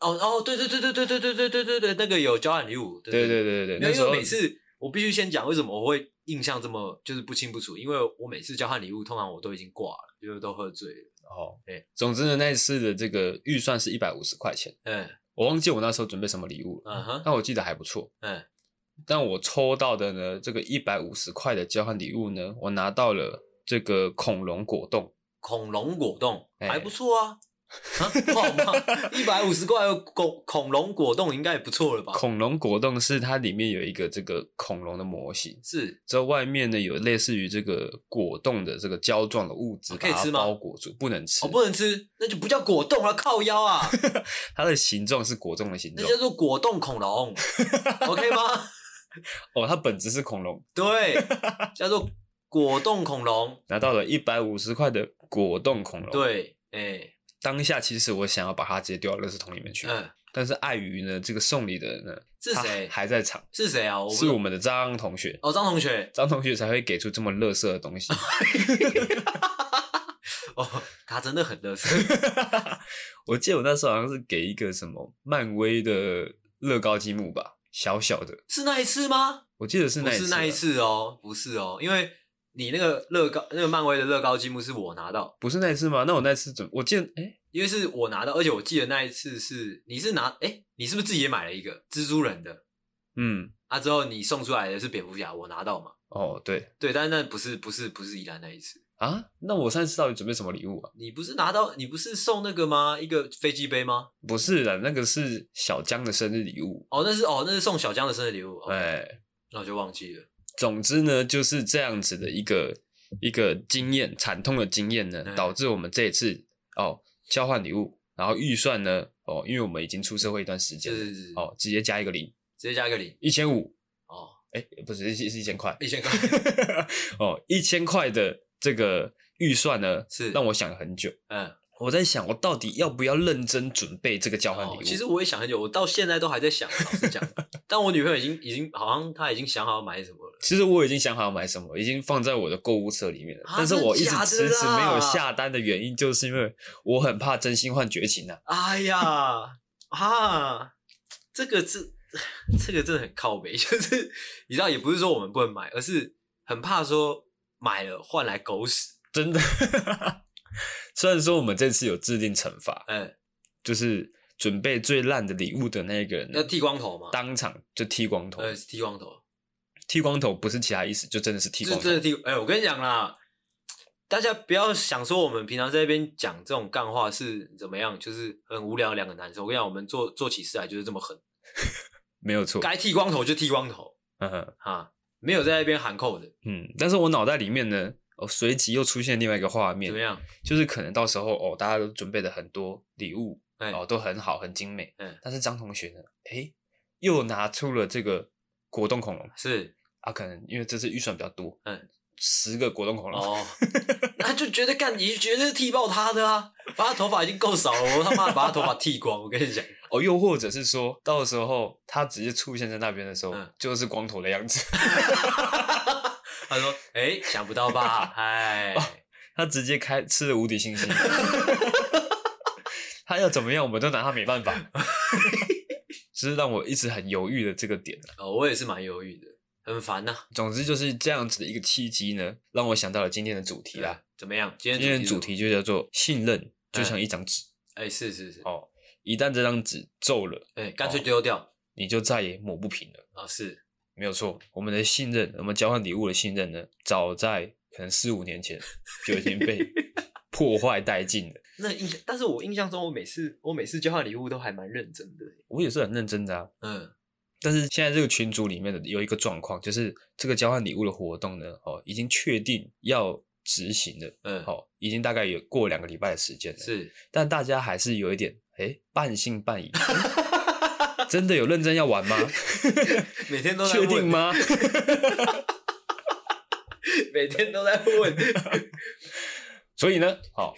Speaker 2: 哦哦，对对对对对对对对对对对，那个有交换礼物，对
Speaker 1: 对对
Speaker 2: 对
Speaker 1: 对对对，
Speaker 2: 没有
Speaker 1: 那时
Speaker 2: 因
Speaker 1: 候
Speaker 2: 为每次我必须先讲为什么我会印象这么就是不清不楚，因为我每次交换礼物，通常我都已经挂了，就是都喝醉了。
Speaker 1: 哦，
Speaker 2: 对
Speaker 1: 总之呢，那一次的这个预算是一百五十块钱，
Speaker 2: 嗯
Speaker 1: 我忘记我那时候准备什么礼物了，
Speaker 2: 嗯哼
Speaker 1: 但我记得还不错。
Speaker 2: 嗯，
Speaker 1: 但我抽到的呢，这个一百五十块的交换礼物呢，我拿到了这个恐龙果冻，
Speaker 2: 恐龙果冻
Speaker 1: 哎
Speaker 2: 还不错 啊，啊不好吗？一百五十块的恐恐龙果冻应该也不错了吧？
Speaker 1: 恐龙果冻是它里面有一个这个恐龙的模型，
Speaker 2: 是
Speaker 1: 之后外面呢有类似于这个果冻的这个胶状的物质，
Speaker 2: 啊可以
Speaker 1: 把它
Speaker 2: 吃吗
Speaker 1: 包裹住，不能吃。
Speaker 2: 哦，不能吃，那就不叫果冻了，靠 腰啊，
Speaker 1: 它的形状是果冻的形
Speaker 2: 那
Speaker 1: 状，
Speaker 2: 叫做果冻 恐龙，OK 吗？
Speaker 1: 哦，它本质是恐龙。
Speaker 2: 对，叫做果冻恐龙，
Speaker 1: 拿到了一百五十块的果冻恐龙，
Speaker 2: 对，哎、
Speaker 1: 当下其实我想要把它直接丢到垃圾桶里面去，
Speaker 2: 嗯，
Speaker 1: 但是碍于呢这个送礼的人呢，
Speaker 2: 是
Speaker 1: 他
Speaker 2: 谁？
Speaker 1: 还在场，
Speaker 2: 是谁啊？我不
Speaker 1: 是我们的张同学，
Speaker 2: 哦，张同学，
Speaker 1: 张同学才会给出这么垃圾的 东西。
Speaker 2: 哦，他真的很乐色。
Speaker 1: 我记得我那时候好像是给一个什么漫威的乐高积木吧，小小的，
Speaker 2: 是那一次吗？
Speaker 1: 我记得是
Speaker 2: 不
Speaker 1: 那一次，
Speaker 2: 是那一，次哦，不是哦，因为你那个乐高那个漫威的乐高积木是我拿到，
Speaker 1: 不是那一次吗？那我那次怎么？我记得哎、
Speaker 2: 因为是我拿到，而且我记得那一次是你是拿，哎，你是不是自己也买了一个蜘蛛人的？
Speaker 1: 嗯，
Speaker 2: 啊，之后你送出来的是蝙蝠侠，我拿到嘛？
Speaker 1: 哦对
Speaker 2: 对，但是那不是不是不是宜兰那一次，
Speaker 1: 啊，那我上次到底准备什么礼物啊？
Speaker 2: 你不是拿到你不是送那个吗？一个飞机杯吗？
Speaker 1: 不是的，那个是小江的生日礼物，
Speaker 2: 哦，那是哦，那是送小江的生日礼物。哦，
Speaker 1: 哎、
Speaker 2: 那我就忘记了。
Speaker 1: 总之呢，就是这样子的一个一个经验惨痛的经验呢
Speaker 2: 嗯，
Speaker 1: 导致我们这一次哦交换礼物，然后预算呢哦，因为我们已经出社会一段时间
Speaker 2: 就
Speaker 1: 了，
Speaker 2: 是
Speaker 1: 哦，直接加一个零，
Speaker 2: 直接加一个零
Speaker 1: 一千五，
Speaker 2: 哦，
Speaker 1: 哎，不是是是一千块，
Speaker 2: 一千块
Speaker 1: 哦，一千块的这个预算呢，
Speaker 2: 是
Speaker 1: 让我想了很久。
Speaker 2: 嗯，
Speaker 1: 我在想，我到底要不要认真准备这个交换礼
Speaker 2: 哦
Speaker 1: 物？，
Speaker 2: 其实我也想很久，我到现在都还在想，老实讲，但我女朋友已经已经好像她已经想好买什么了，
Speaker 1: 其实我已经想好要买什么，已经放在我的购物车里面了。
Speaker 2: 啊
Speaker 1: 但是我一直
Speaker 2: 真的假的
Speaker 1: 迟迟
Speaker 2: 啦
Speaker 1: 没有下单的原因，就是因为我很怕真心换绝情啊！
Speaker 2: 哎呀啊，这个是这个真的很靠北， 就是你知道，也不是说我们不能买，而是很怕说买了换来狗屎，
Speaker 1: 真的。虽然说我们这次有制定惩罚，
Speaker 2: 嗯，
Speaker 1: 就是准备最烂的礼物的那个人呢
Speaker 2: 要，剃光头嘛，
Speaker 1: 当场就剃光头。
Speaker 2: 呃，剃光头，
Speaker 1: 剃光头不是其他意思，就真的是剃
Speaker 2: 就
Speaker 1: 光
Speaker 2: 真
Speaker 1: 头
Speaker 2: 的。剃，哎、我跟你讲啦。大家不要想说我们平常在那边讲这种干话是怎么样，就是很无聊的两个男生。我跟你讲，我们做做起事来就是这么狠，
Speaker 1: 没有错。
Speaker 2: 该剃光头就剃光头
Speaker 1: 嗯哼。
Speaker 2: 啊，没有在那边喊扣的，
Speaker 1: 嗯，但是我脑袋里面呢，哦，随即又出现另外一个画
Speaker 2: 怎
Speaker 1: 面
Speaker 2: 么，样？
Speaker 1: 就是可能到时候哦，大家都准备了很多礼物，
Speaker 2: 哎、
Speaker 1: 哦，都很好，很精美，
Speaker 2: 嗯，
Speaker 1: 但是张同学呢，诶，又拿出了这个果冻恐龙
Speaker 2: 是
Speaker 1: 啊，可能因为这次预算比较多，
Speaker 2: 嗯，
Speaker 1: 十个果冻恐龙，
Speaker 2: 哦，那就觉得干，你绝对是剃爆他的啊！把他头发已经够少了，我他妈的把他头发剃光！我跟你讲，
Speaker 1: 哦，又或者是说到时候他直接出现在那边的时候，
Speaker 2: 嗯
Speaker 1: 就是光头的样子，
Speaker 2: 他说：“哎、想不到吧？哎，
Speaker 1: 哦他直接开吃了无敌星 星，他要怎么样，我们都拿他没 办法， 这是让我一直很犹豫的这个点。啊
Speaker 2: 哦，我也是蛮犹豫的，很烦呐、
Speaker 1: 总之就是这样子的一个契机呢，让我想到了今天的主题啦。
Speaker 2: 怎么样？今
Speaker 1: 啊今天
Speaker 2: 天
Speaker 1: 的主题
Speaker 2: 题
Speaker 1: 嗯就叫做信任，就像一张纸、
Speaker 2: 是，哎、是是是，
Speaker 1: 哦，一旦这张纸皱了，
Speaker 2: 哎、干脆丢掉啊、
Speaker 1: 你就再也抹不平了。
Speaker 2: 哦是，
Speaker 1: 没有错，我们的信任，我们交换礼物的信任呢，早在可能四五年前就已 经被破坏殆尽了。
Speaker 2: 那印，但是我印象中，我每次我每次交换礼物都还蛮认真的、
Speaker 1: 我也是很认真的啊，
Speaker 2: 嗯，
Speaker 1: 但是现在这个群组里面的有一个状况，就是这个交换礼物的活动呢，哦，已经确定要执行了，
Speaker 2: 嗯
Speaker 1: 哦，已经大概有过两个礼拜的时间了。
Speaker 2: 是，
Speaker 1: 但大家还是有一点哎半信半 疑，嗯真的有认真要玩吗？
Speaker 2: 每 天都在
Speaker 1: 确
Speaker 2: 问
Speaker 1: 定？ 吗？
Speaker 2: 每天都在问，
Speaker 1: 所以呢，好，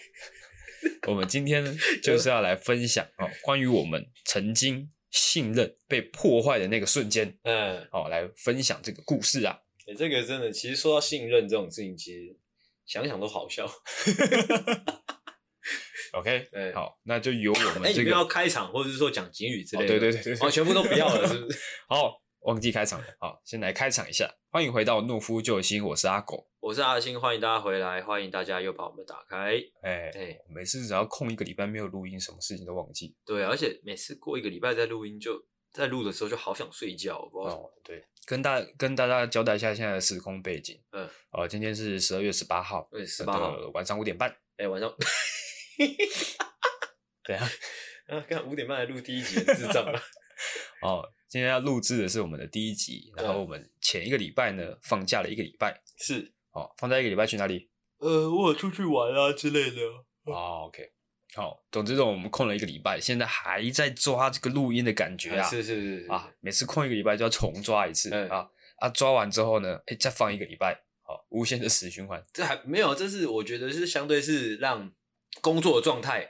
Speaker 1: 我们今 天呢就是要来分享哦，关于我们曾经信任被破坏的那个瞬间，
Speaker 2: 嗯。
Speaker 1: 哦，来分享这个故事啊。
Speaker 2: 欸，这个真的，其实说到信任这种事情，其实想想都好笑。
Speaker 1: OK，
Speaker 2: 对
Speaker 1: 好，那就由我
Speaker 2: 哎、
Speaker 1: 们
Speaker 2: 你
Speaker 1: 这
Speaker 2: 们
Speaker 1: 个
Speaker 2: 要开场，或者是说讲警语之类
Speaker 1: 哦对
Speaker 2: 的，
Speaker 1: 对对对对
Speaker 2: 哦，全部都不要了，是不 是？
Speaker 1: 好，忘记开场了，好，先来开场一下，欢迎回到《懦夫救星》，我是阿狗。
Speaker 2: 我是阿星，欢迎大家回来，欢迎大家又把我们打开。
Speaker 1: 哎、
Speaker 2: 哎
Speaker 1: 每次只要空一个礼拜没有录音，什么事情都忘记。
Speaker 2: 对，啊而且每次过一个礼拜再录音就，在录的时候就好想睡觉，我不知道为什么。
Speaker 1: 哦，对，跟大跟大家交代一下现在的时空背景。
Speaker 2: 嗯，
Speaker 1: 呃，今天是十二月十八号，
Speaker 2: 对，十八号，
Speaker 1: 的晚上五点半。
Speaker 2: 哎、晚上，
Speaker 1: 对啊，
Speaker 2: 啊，刚五点半来录第一集，智障啊了。
Speaker 1: 哦，今天要录制的是我们的第一集，然后
Speaker 2: 嗯
Speaker 1: 我们前一个礼拜呢放假了一个礼拜，
Speaker 2: 是，
Speaker 1: 哦，放假一个礼拜去哪里？
Speaker 2: 呃，我有出去玩啊之类的。
Speaker 1: 哦，OK，好，总之呢，我们空了一个礼拜，现在还在抓这个录音的感觉啊，
Speaker 2: 哎是是是是
Speaker 1: 啊，，每次空一个礼拜就要重抓一次、
Speaker 2: 嗯
Speaker 1: 啊啊，抓完之后呢，哎、再放一个礼拜，好、无限的死循环。
Speaker 2: 这还没有，这是我觉得是相对是让工作的状态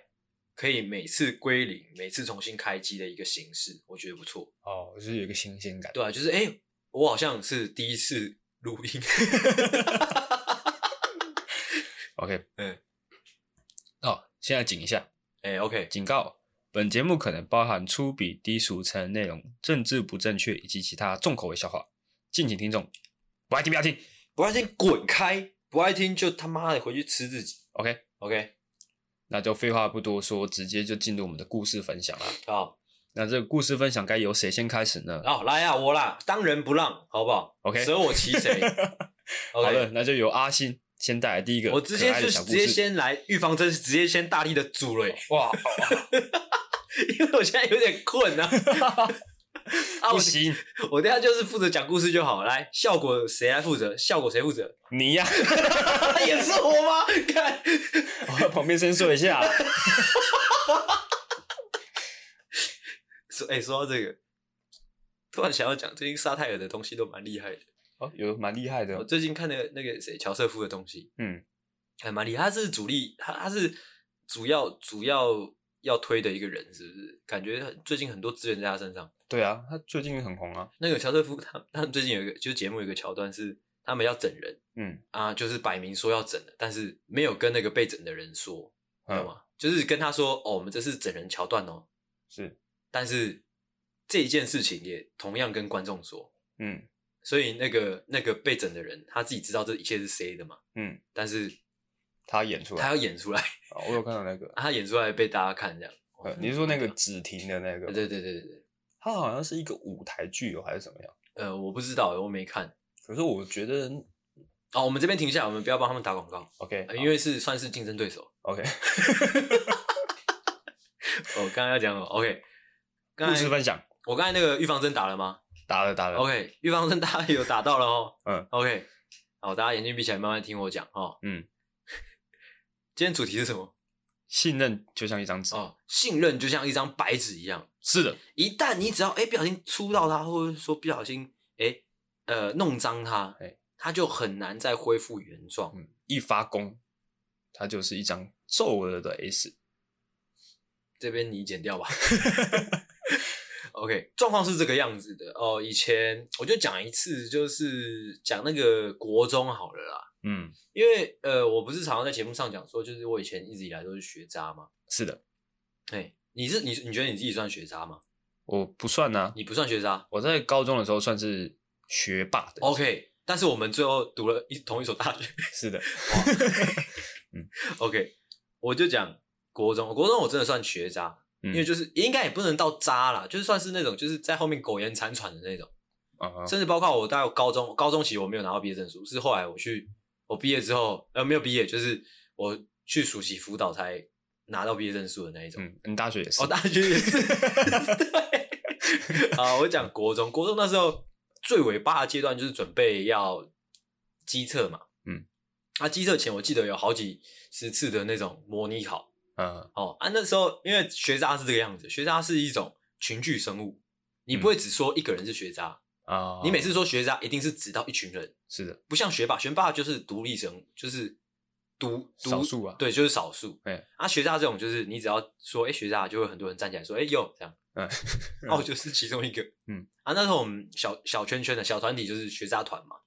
Speaker 2: 可以每次归零、每次重新开机的一个形式，我觉得不错。
Speaker 1: 哦，就是有一个新鲜感。
Speaker 2: 对啊，就是哎、诶我好像是第一次录音，
Speaker 1: OK，
Speaker 2: 嗯，
Speaker 1: 哦，现在警一下，
Speaker 2: 哎、o k
Speaker 1: 警告：本节目可能包含粗鄙、低俗、成人内容、政治不正确以及其他重口味笑话，敬请听众不爱听不要听。
Speaker 2: 不爱听滚开，不爱听就他妈的回去吃自己。
Speaker 1: OK，
Speaker 2: OK，
Speaker 1: 那就废话不多说，直接就进入我们的故事分享啦。
Speaker 2: 好，
Speaker 1: 那这个故事分享该由谁先开始呢？
Speaker 2: 好、来啊，我啦，当仁不让，好不好
Speaker 1: OK
Speaker 2: 舍我其 谁。
Speaker 1: 好的
Speaker 2: OK，，
Speaker 1: 那就由阿星先带来第一个
Speaker 2: 我直
Speaker 1: 可
Speaker 2: 接
Speaker 1: 爱
Speaker 2: 就
Speaker 1: 的小
Speaker 2: 直
Speaker 1: 故
Speaker 2: 接
Speaker 1: 事。
Speaker 2: 先来预防针，直接先大力的煮了、欸
Speaker 1: 哇，
Speaker 2: 因为我现在有点困啊。啊，
Speaker 1: 不
Speaker 2: 我
Speaker 1: 行，
Speaker 2: 我等一下就是负责讲故事就好。来，效果谁来负责？效果谁负责？
Speaker 1: 你呀、
Speaker 2: 啊也是我 吗？看，
Speaker 1: 我在旁边伸缩一 下。
Speaker 2: 说，哎、说到这个，突然想要讲，最近沙泰尔的东西都蛮厉害的。
Speaker 1: 哦，有蛮厉害的
Speaker 2: 我
Speaker 1: 哦，
Speaker 2: 最近看那个那个谁乔瑟夫的东西，
Speaker 1: 嗯，
Speaker 2: 还蛮厉害。他是主力，他他是主要主要要推的一个人，是不是？感觉最近很多资源在他身上。
Speaker 1: 对啊，他最近很红啊，
Speaker 2: 那个乔瑟夫他他们最近有一个就是节目有一个桥段是他们要整人
Speaker 1: 嗯，
Speaker 2: 啊，就是摆明说要整的，但是没有跟那个被整的人说，
Speaker 1: 嗯
Speaker 2: 懂吗？就是跟他说哦，我们这是整人桥段哦，
Speaker 1: 是，
Speaker 2: 但是这一件事情也同样跟观众说，
Speaker 1: 嗯
Speaker 2: 所以那个那个被整的人他自己知道这一切是 C 的嘛，
Speaker 1: 嗯，
Speaker 2: 但是
Speaker 1: 他演出
Speaker 2: 他
Speaker 1: 来，
Speaker 2: 要演出来，
Speaker 1: 哦我有看到那个，
Speaker 2: 啊他演出来被大家看这样。
Speaker 1: 呃，你是说那个只婷的那
Speaker 2: 对？
Speaker 1: 个？
Speaker 2: 对对对对对，
Speaker 1: 他好像是一个舞台剧哦，还是怎么样？
Speaker 2: 呃，我不知道，我没看。
Speaker 1: 可是我觉得
Speaker 2: 哦，我们这边停下来，我们不要帮他们打广告，
Speaker 1: ，OK，
Speaker 2: 呃因为是算是竞争对手。
Speaker 1: 好 OK，
Speaker 2: 我哦刚刚要讲什么？OK，
Speaker 1: 故
Speaker 2: 刚
Speaker 1: 事
Speaker 2: 才
Speaker 1: 分享，
Speaker 2: 我刚才那个预防针打了吗
Speaker 1: 打了打了
Speaker 2: ？OK，预防针大家有打到了哦。
Speaker 1: 嗯
Speaker 2: ，OK，好，大家眼睛闭起来，慢慢听我讲哦。
Speaker 1: 嗯，
Speaker 2: 今天主题是什么？
Speaker 1: 信任就像一张纸，
Speaker 2: 哦，信任就像一张白纸一样，
Speaker 1: 是的，
Speaker 2: 一旦你只要哎、不小心触到它，或者说不小心哎、呃弄脏它
Speaker 1: 哎，
Speaker 2: 它就很难再恢复原状。
Speaker 1: 嗯，一发功，它就是一张皱了的 S，
Speaker 2: 这边你剪掉 吧。OK，状况是这个样子的哦。以前我就讲一次，就是讲那个国中好了啦，
Speaker 1: 嗯，
Speaker 2: 因为呃，我不是常常在节目上讲说，就是我以前一直以来都是学渣嘛。
Speaker 1: 是的，
Speaker 2: 哎，你是你你觉得你自己算学渣吗？
Speaker 1: 我不算呐、
Speaker 2: 你不算学渣。
Speaker 1: 我在高中的时候算是学霸的
Speaker 2: OK，但是我们最后读了一同一所大学。
Speaker 1: 是的，
Speaker 2: OK，我 就讲国中，国中我真的算学渣，
Speaker 1: 因
Speaker 2: 因为就是应该也不能到渣啦，就是算是那种就是在后面苟延残喘的那种。
Speaker 1: 啊
Speaker 2: 甚至包括我到高中，高中其实我没有拿到毕业证书，是后来我去我毕业之后，呃，没有毕业，就是我去暑期辅导才拿到毕业证书的那一种。
Speaker 1: 嗯，你大学也是
Speaker 2: 哦，大学也是， 对。啊，我讲国中，国中那时候最尾巴的阶段就是准备要机测嘛，
Speaker 1: 嗯，
Speaker 2: 啊，机测前我记得有好几十次的那种模拟考，
Speaker 1: 嗯
Speaker 2: 哦，啊，那时候因为学渣是这个样子，学渣是一种群聚生物，你
Speaker 1: 嗯
Speaker 2: 不会只说一个人是学渣，
Speaker 1: 啊，
Speaker 2: 你每次说学渣，一定是指到一群人，
Speaker 1: 是的，
Speaker 2: 不像学霸，学霸就是独立生物，就是独独
Speaker 1: 少数啊
Speaker 2: 对，就是少数。
Speaker 1: 哎
Speaker 2: 啊，学渣这种就是你只要说，哎、学渣，就会很多人站起来说，哎、哟，这样。
Speaker 1: 嗯，
Speaker 2: 啊，我就是其中一个。
Speaker 1: 嗯，
Speaker 2: 啊，那时候我们小小圈圈的小团体就是学渣团嘛，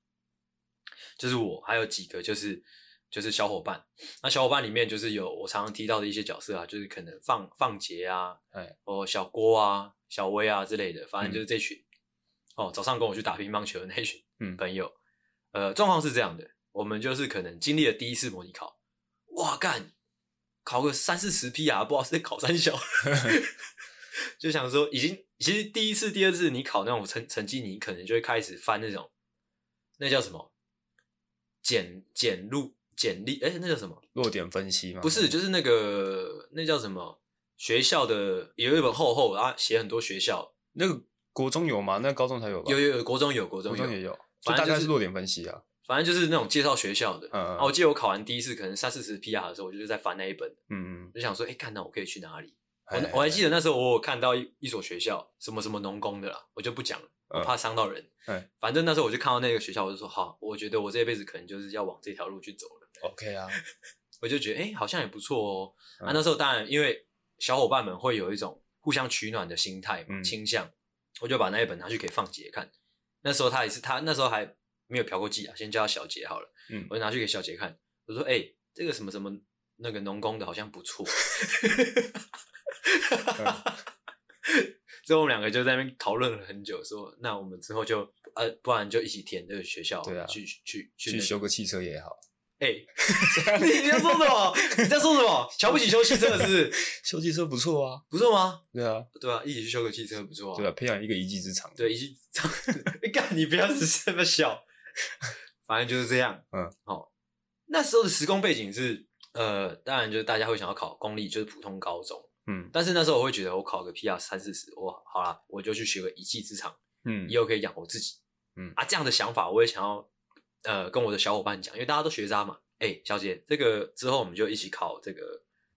Speaker 2: 就是我还有几个就是就是小伙伴。那小伙伴里面就是有我常常提到的一些角色啊，就是可能放放杰啊，
Speaker 1: 哎，
Speaker 2: 哦，小郭啊、小威啊之类的，反正就是这群。哦，早上跟我去打乒乓球的那群
Speaker 1: 嗯
Speaker 2: 朋友，呃，状况是这样的，我们就是可能经历了第一次模拟考，哇干，考个三四十 P 啊，不知道是在考 三小，就想说已经其实第一次、第二次你考那种成成绩，你可能就会开始翻那种那叫什么简简录简历，哎、那叫什么？
Speaker 1: 弱点分析嘛，
Speaker 2: 不是，就是那个那叫什么学校的有一本厚厚，然后写很多学校，
Speaker 1: 那个国中有吗？那高中才有吧？
Speaker 2: 有有有国中有国中
Speaker 1: 国
Speaker 2: 有，
Speaker 1: 中也有，就
Speaker 2: 反正
Speaker 1: 大
Speaker 2: 就
Speaker 1: 概
Speaker 2: 是
Speaker 1: 是弱点分析啊，
Speaker 2: 反正就是那种介绍学校的。
Speaker 1: 嗯嗯
Speaker 2: 啊，我记得我考完第一次可能三四十 PR 的时候，我就是在翻那一本，
Speaker 1: 嗯嗯，
Speaker 2: 就想说，哎、看那我可以去哪里？我
Speaker 1: 哎
Speaker 2: 我还记得那时候我有看到一一所学校，什么什么农工的啦，我就不讲了，
Speaker 1: 嗯
Speaker 2: 我怕伤到人。
Speaker 1: 哎
Speaker 2: 反正那时候我就看到那个学校，我就说好，我觉得我这辈子可能就是要往这条路去走了。
Speaker 1: OK 啊，
Speaker 2: 我就觉得哎、诶好像也不错哦。
Speaker 1: 嗯
Speaker 2: 啊，那时候当然因为小伙伴们会有一种互相取暖的心态嘛
Speaker 1: 嗯
Speaker 2: 倾向，我就把那一本拿去给放姐看。那时候她也是，她那时候还没有嫖过妓啊，先叫她小杰好了。
Speaker 1: 嗯
Speaker 2: 我就拿去给小杰看，我说哎、诶这个什么什么那个农工的好像不错。
Speaker 1: 嗯
Speaker 2: 所以我们两个就在那边讨论了很久，说那我们之后就呃，不然就一起填这个学校，
Speaker 1: 对啊
Speaker 2: 去去去
Speaker 1: 去
Speaker 2: 那个
Speaker 1: 修个汽车也好，
Speaker 2: 哎、 你你在说什么？你在说什么？瞧不起修汽车的是不是？
Speaker 1: 修汽车不错啊，
Speaker 2: 不错吗？
Speaker 1: 对啊，
Speaker 2: 对啊，一起去修个汽车不错啊。
Speaker 1: 对啊，培养一个一技之长，
Speaker 2: 对，一起 干你不要只是这么小，反正就是这样。
Speaker 1: 嗯，
Speaker 2: 好、那时候的时空背景是呃，当然就是大家会想要考公立，就是普通高中。
Speaker 1: 嗯
Speaker 2: 但是那时候我会觉得，我考个 PR 三四十，我好啦，我就去学个一技之长，
Speaker 1: 嗯
Speaker 2: 以后可以养活自己。
Speaker 1: 嗯
Speaker 2: 啊，这样的想法我也想要，呃，跟我的小伙伴讲，因为大家都学渣嘛。哎、小姐，这个之后我们就一起考这个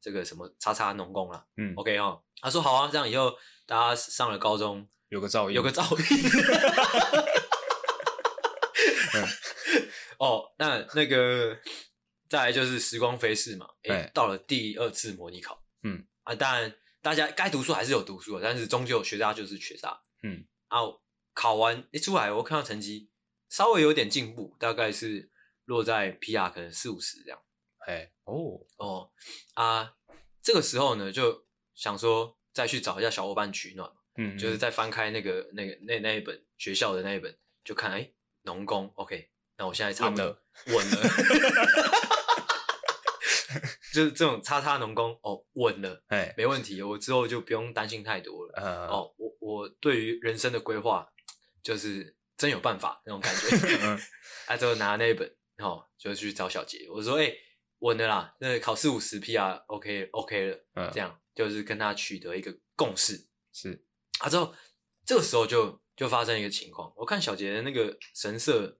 Speaker 2: 这个什么叉叉农工啦。
Speaker 1: 嗯，
Speaker 2: OK 哦，他说好啊，这样以后大家上了高中
Speaker 1: 有个噪音，
Speaker 2: 有个照应。 哦，那那个再来就是时光飞逝嘛，诶、
Speaker 1: 哎
Speaker 2: 到了第二次模拟考，
Speaker 1: 嗯
Speaker 2: 啊，当然大家该读书还是有读书的，但是终究学渣就是学渣，
Speaker 1: 嗯
Speaker 2: 啊，考完一出来，我看到成绩稍微有点进步，大概是落在 PR 可能四五十这样，
Speaker 1: 哎哦，
Speaker 2: 哦啊，这个时候呢就想说再去找一下小伙伴取暖。
Speaker 1: 嗯，
Speaker 2: 就是在翻开那个那个那那一本学校的那一本，就看哎，农工 OK，那我现在差不多稳了， 就是这种叉叉农工哦稳了，
Speaker 1: 哎
Speaker 2: 没问题，我之后就不用担心太多了。
Speaker 1: 呃
Speaker 2: 哦，我我对于人生的规划就是真有办法那种感觉。
Speaker 1: 嗯
Speaker 2: 啊，之后拿那一本，然、后就去找小杰，我说哎稳了啦，那考四五十 PR OK OK 了，
Speaker 1: 嗯
Speaker 2: 这样就是跟他取得一个共识。
Speaker 1: 是
Speaker 2: 啊，之后这个时候就就发生一个情况，我看小杰的那个神色，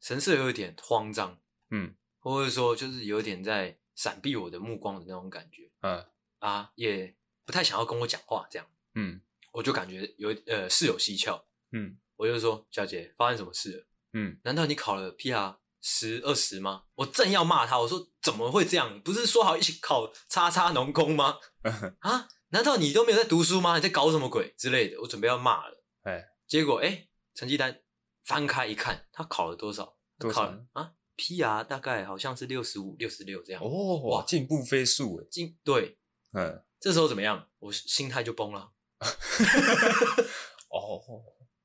Speaker 2: 神色有一点慌张，
Speaker 1: 嗯，
Speaker 2: 或者说就是有点在闪避我的目光的那种感觉
Speaker 1: 呃
Speaker 2: 啊，也不太想要跟我讲话，这样
Speaker 1: 嗯
Speaker 2: 我就感觉有呃事有蹊跷，
Speaker 1: 嗯
Speaker 2: 我就说小杰发生什么事了？
Speaker 1: 嗯
Speaker 2: 难道你考了 PR 十二十吗？我正要骂他，我说怎么会这样？不是说好一起考叉叉农工吗？
Speaker 1: 嗯
Speaker 2: 啊，难道你都没有在读书吗？你在搞什么鬼之类的？我准备要骂了，
Speaker 1: 哎，
Speaker 2: 结果哎、成绩单翻开一看，他考了多少？他
Speaker 1: 多
Speaker 2: 考
Speaker 1: 少
Speaker 2: 了啊？PR 大概好像是六十五、六十六这样。
Speaker 1: 哦哇，进步飞速哎，
Speaker 2: 今对，
Speaker 1: 嗯
Speaker 2: 这时候怎么样？我心态就崩了。
Speaker 1: 哦，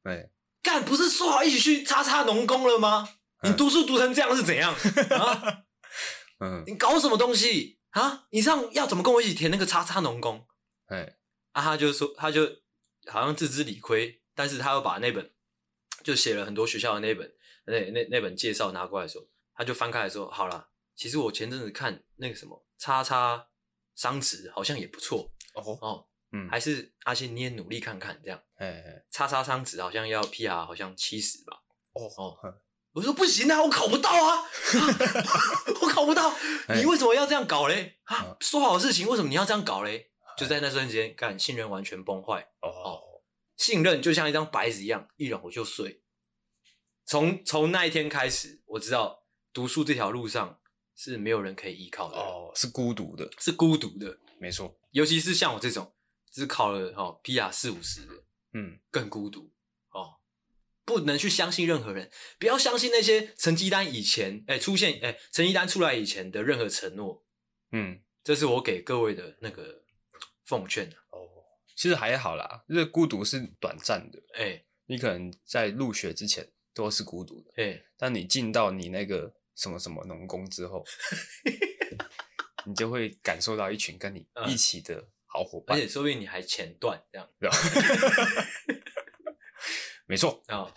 Speaker 1: 哎
Speaker 2: 干，不是说好一起去叉叉农工了吗？你
Speaker 1: 嗯
Speaker 2: 读书读成这样是怎样啊？
Speaker 1: 嗯
Speaker 2: 你搞什么东西啊？你这样要怎么跟我一起填那个叉叉农工？
Speaker 1: 哎
Speaker 2: 啊，他就说，他就好像自知理亏，但是他又把那本就写了很多学校的那本那那那本介绍拿过来说，他就翻开来说，好啦，其实我前阵子看那个什么叉叉商职好像也不错
Speaker 1: 哦
Speaker 2: 哦，
Speaker 1: 嗯
Speaker 2: 还是阿信你也努力看看这样，
Speaker 1: 哎哎
Speaker 2: 叉叉商职好像要 PR 好像七十吧，
Speaker 1: 哦嗯
Speaker 2: 我说不行啊，我考不 到啊， 我考不到，
Speaker 1: 哎
Speaker 2: 你为什么要这样搞嘞？啊
Speaker 1: 啊，
Speaker 2: 说好的事情为什么你要这样搞嘞？
Speaker 1: 哎
Speaker 2: 就在那瞬间，干信任完全崩坏。
Speaker 1: 哦
Speaker 2: 信任就像一张白纸一样，一揉就碎。从从那一天开始，我知道读书这条路上是没有人可以依靠的，
Speaker 1: 哦是孤独的，
Speaker 2: 是孤独的。
Speaker 1: 没错，
Speaker 2: 尤其是像我这种只考了哦 PR 四五十的，
Speaker 1: 嗯
Speaker 2: 更孤独哦。不能去相信任何人，不要相信那些成绩单以前，哎、出现，哎、成绩单出来以前的任何承诺，
Speaker 1: 嗯
Speaker 2: 这是我给各位的那个奉劝啊
Speaker 1: 哦，其实还好啦，这孤独是短暂的，
Speaker 2: 哎、
Speaker 1: 你可能在入学之前都是孤独的，
Speaker 2: 哎、
Speaker 1: 但你进到你那个什么什么农工之 后，你就会感受到一群跟你一起的好伙
Speaker 2: 嗯而
Speaker 1: 伴，
Speaker 2: 且说不定你还前段这样。
Speaker 1: 对吧啊没 错，
Speaker 2: 啊、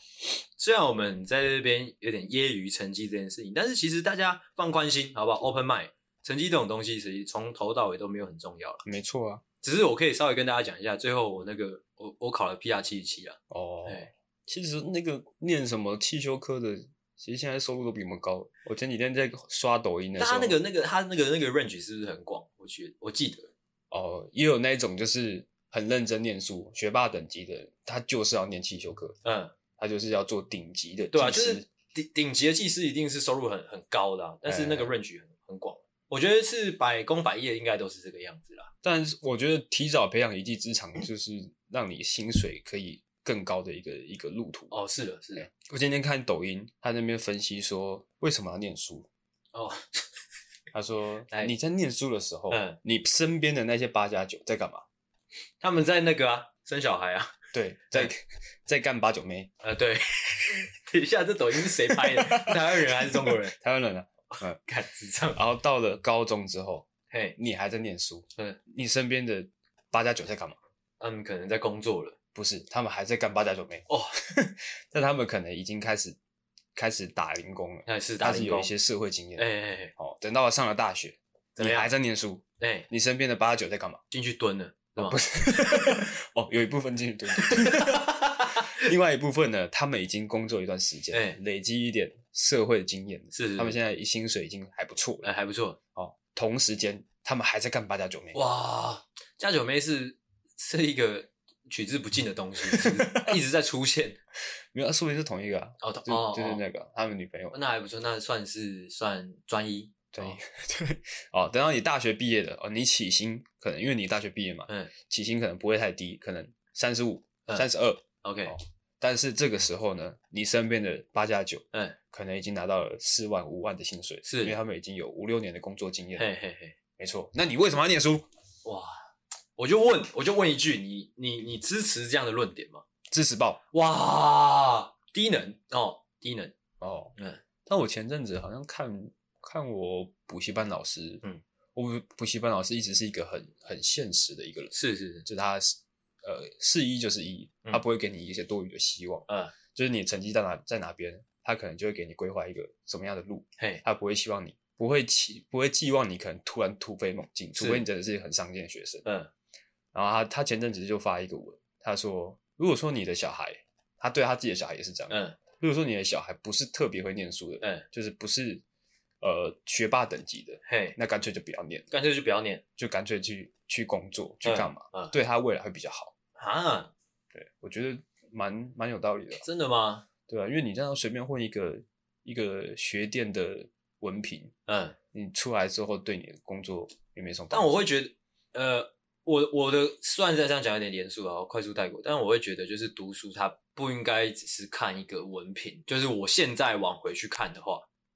Speaker 2: 虽然我们在这边有点揶揄成绩这件事情，但是其实大家放宽心，好不好？Open mind，成绩这种东西，其实从头到尾都没有很重要了。
Speaker 1: 没错啊。
Speaker 2: 只是我可以稍微跟大家讲一下，最后我那个我我考了 PR 七十七啊哎了，
Speaker 1: 哦
Speaker 2: 对，
Speaker 1: 其实那个念什么汽修科的，其实现在收入都比我们高。我前几天在刷抖音的
Speaker 2: 但
Speaker 1: 时候，
Speaker 2: 他那个那个他那个那个 range 是不是很广？我觉得我记得，
Speaker 1: 哦，也有那一种就是很认真念书、学霸等级的人，他就是要念汽修科，
Speaker 2: 嗯，
Speaker 1: 他就是要做顶级的技师。
Speaker 2: 对啊，就是顶顶级的技师一定是收入很很高的、啊，但是那个
Speaker 1: 哎
Speaker 2: range 很很广，我觉得是百工百业应该都是这个样子啦。
Speaker 1: 但是我觉得提早培养一技之长，就是让你薪水可以更高的一个一个路途。
Speaker 2: 哦，是的，是的，
Speaker 1: 我今天看抖音，他那边分析说为什么要念书。
Speaker 2: 哦，
Speaker 1: 他说
Speaker 2: 哎
Speaker 1: 你在念书的时候，
Speaker 2: 嗯
Speaker 1: 你身边的那些八加九在干嘛？
Speaker 2: 他们在那个啊生小孩啊。
Speaker 1: 对，在在干八九妹，
Speaker 2: 呃，对， 等一下，这抖音是谁拍的？台湾人还是中国人？
Speaker 1: 台湾人啊。
Speaker 2: 看智障！
Speaker 1: 然后到了高中之后，
Speaker 2: 嘿，
Speaker 1: 你还在念书，
Speaker 2: 嗯，
Speaker 1: 你身边的八加九在干嘛？
Speaker 2: 他们可能在工作了。
Speaker 1: 不是，他们还在干八加九妹
Speaker 2: 哦，
Speaker 1: 但他们可能已经开始开始打零工了，
Speaker 2: 哎，是打
Speaker 1: 他是
Speaker 2: 零
Speaker 1: 有
Speaker 2: 工
Speaker 1: 一。些社会经验的
Speaker 2: 哎。哎哎
Speaker 1: 哦，等到上了大学，
Speaker 2: 怎
Speaker 1: 你
Speaker 2: 么样
Speaker 1: 还在念书，
Speaker 2: 哎，
Speaker 1: 你身边的八九在干嘛？
Speaker 2: 进去蹲了。对吧
Speaker 1: 不？是，哦，有一部分进去蹲点， 另外一部分呢，他们已经工作一段时间，
Speaker 2: 哎
Speaker 1: 累积一点社会经验，
Speaker 2: 是是
Speaker 1: 他们现在薪水已经还不错了。
Speaker 2: 哎，还不错。
Speaker 1: 哦，同时间他们还在干八加九妹，
Speaker 2: 哦哇，加九妹是是一个取之不尽的东西，是不是一直在出现。
Speaker 1: 没有，说不定是同一个啊，
Speaker 2: 哦
Speaker 1: 就
Speaker 2: 哦
Speaker 1: 就是
Speaker 2: 哦，
Speaker 1: 那个他们女朋友，
Speaker 2: 那还不错，那算是算专一。
Speaker 1: 对
Speaker 2: 哦
Speaker 1: 对，哦，等到你大学毕业的哦，你起薪可能因为你大学毕业嘛，
Speaker 2: 嗯
Speaker 1: 起薪可能不会太低，可能三十五、
Speaker 2: 嗯
Speaker 1: 三十二，
Speaker 2: ，OK，
Speaker 1: 哦但是这个时候呢，你身边的八加九
Speaker 2: 嗯，
Speaker 1: 可能已经拿到了四万、五万的薪水，
Speaker 2: 是
Speaker 1: 因为他们已经有五六年的工作经验。
Speaker 2: 嘿嘿嘿，
Speaker 1: 没错，那你为什么要念书？
Speaker 2: 哇！我就问，我就问一句，你你你支持这样的论点吗？
Speaker 1: 支持报
Speaker 2: 哇，低能哦，低能，
Speaker 1: 哦。
Speaker 2: 嗯，
Speaker 1: 但我前阵子好像看看我补习班老师，
Speaker 2: 嗯，
Speaker 1: 我补习班老师一直是一个很很现实的一个人，
Speaker 2: 是是是，
Speaker 1: 就是他是呃是一就是一，
Speaker 2: 嗯
Speaker 1: 他不会给你一些多余的希望，
Speaker 2: 嗯，
Speaker 1: 就是你成绩在哪在哪边，他可能就会给你规划一个什么样的路，
Speaker 2: 嘿，
Speaker 1: 他不会希望你不会期不会寄望你可能突然突飞猛进，除
Speaker 2: 是
Speaker 1: 非你真的是一个很上进的学生。
Speaker 2: 嗯，
Speaker 1: 然后他他前阵子就发一个文，他说，如果说你的小孩，他对他自己的小孩也是这样，
Speaker 2: 嗯，
Speaker 1: 如果说你的小孩不是特别会念书的，
Speaker 2: 嗯，
Speaker 1: 就是不是呃学霸等级的，
Speaker 2: 嘿，
Speaker 1: 那干脆就不要念，
Speaker 2: 干脆就不要念，
Speaker 1: 就干脆去去工作去干嘛，
Speaker 2: 嗯嗯
Speaker 1: 对他未来会比较好。
Speaker 2: 啊，
Speaker 1: 对我觉得蛮蛮有道理的啦，
Speaker 2: 真的吗？
Speaker 1: 对啊吧、因为你这样随便混一个一个学店的文凭，
Speaker 2: 嗯，
Speaker 1: 你出来之后对你的工作也没什么帮
Speaker 2: 但
Speaker 1: 助。
Speaker 2: 我会觉得，呃，我我的虽然在这样讲有点严肃啊，我快速带过，但我会觉得就是读书它不应该只是看一个文凭，就是我现在往回去看的话，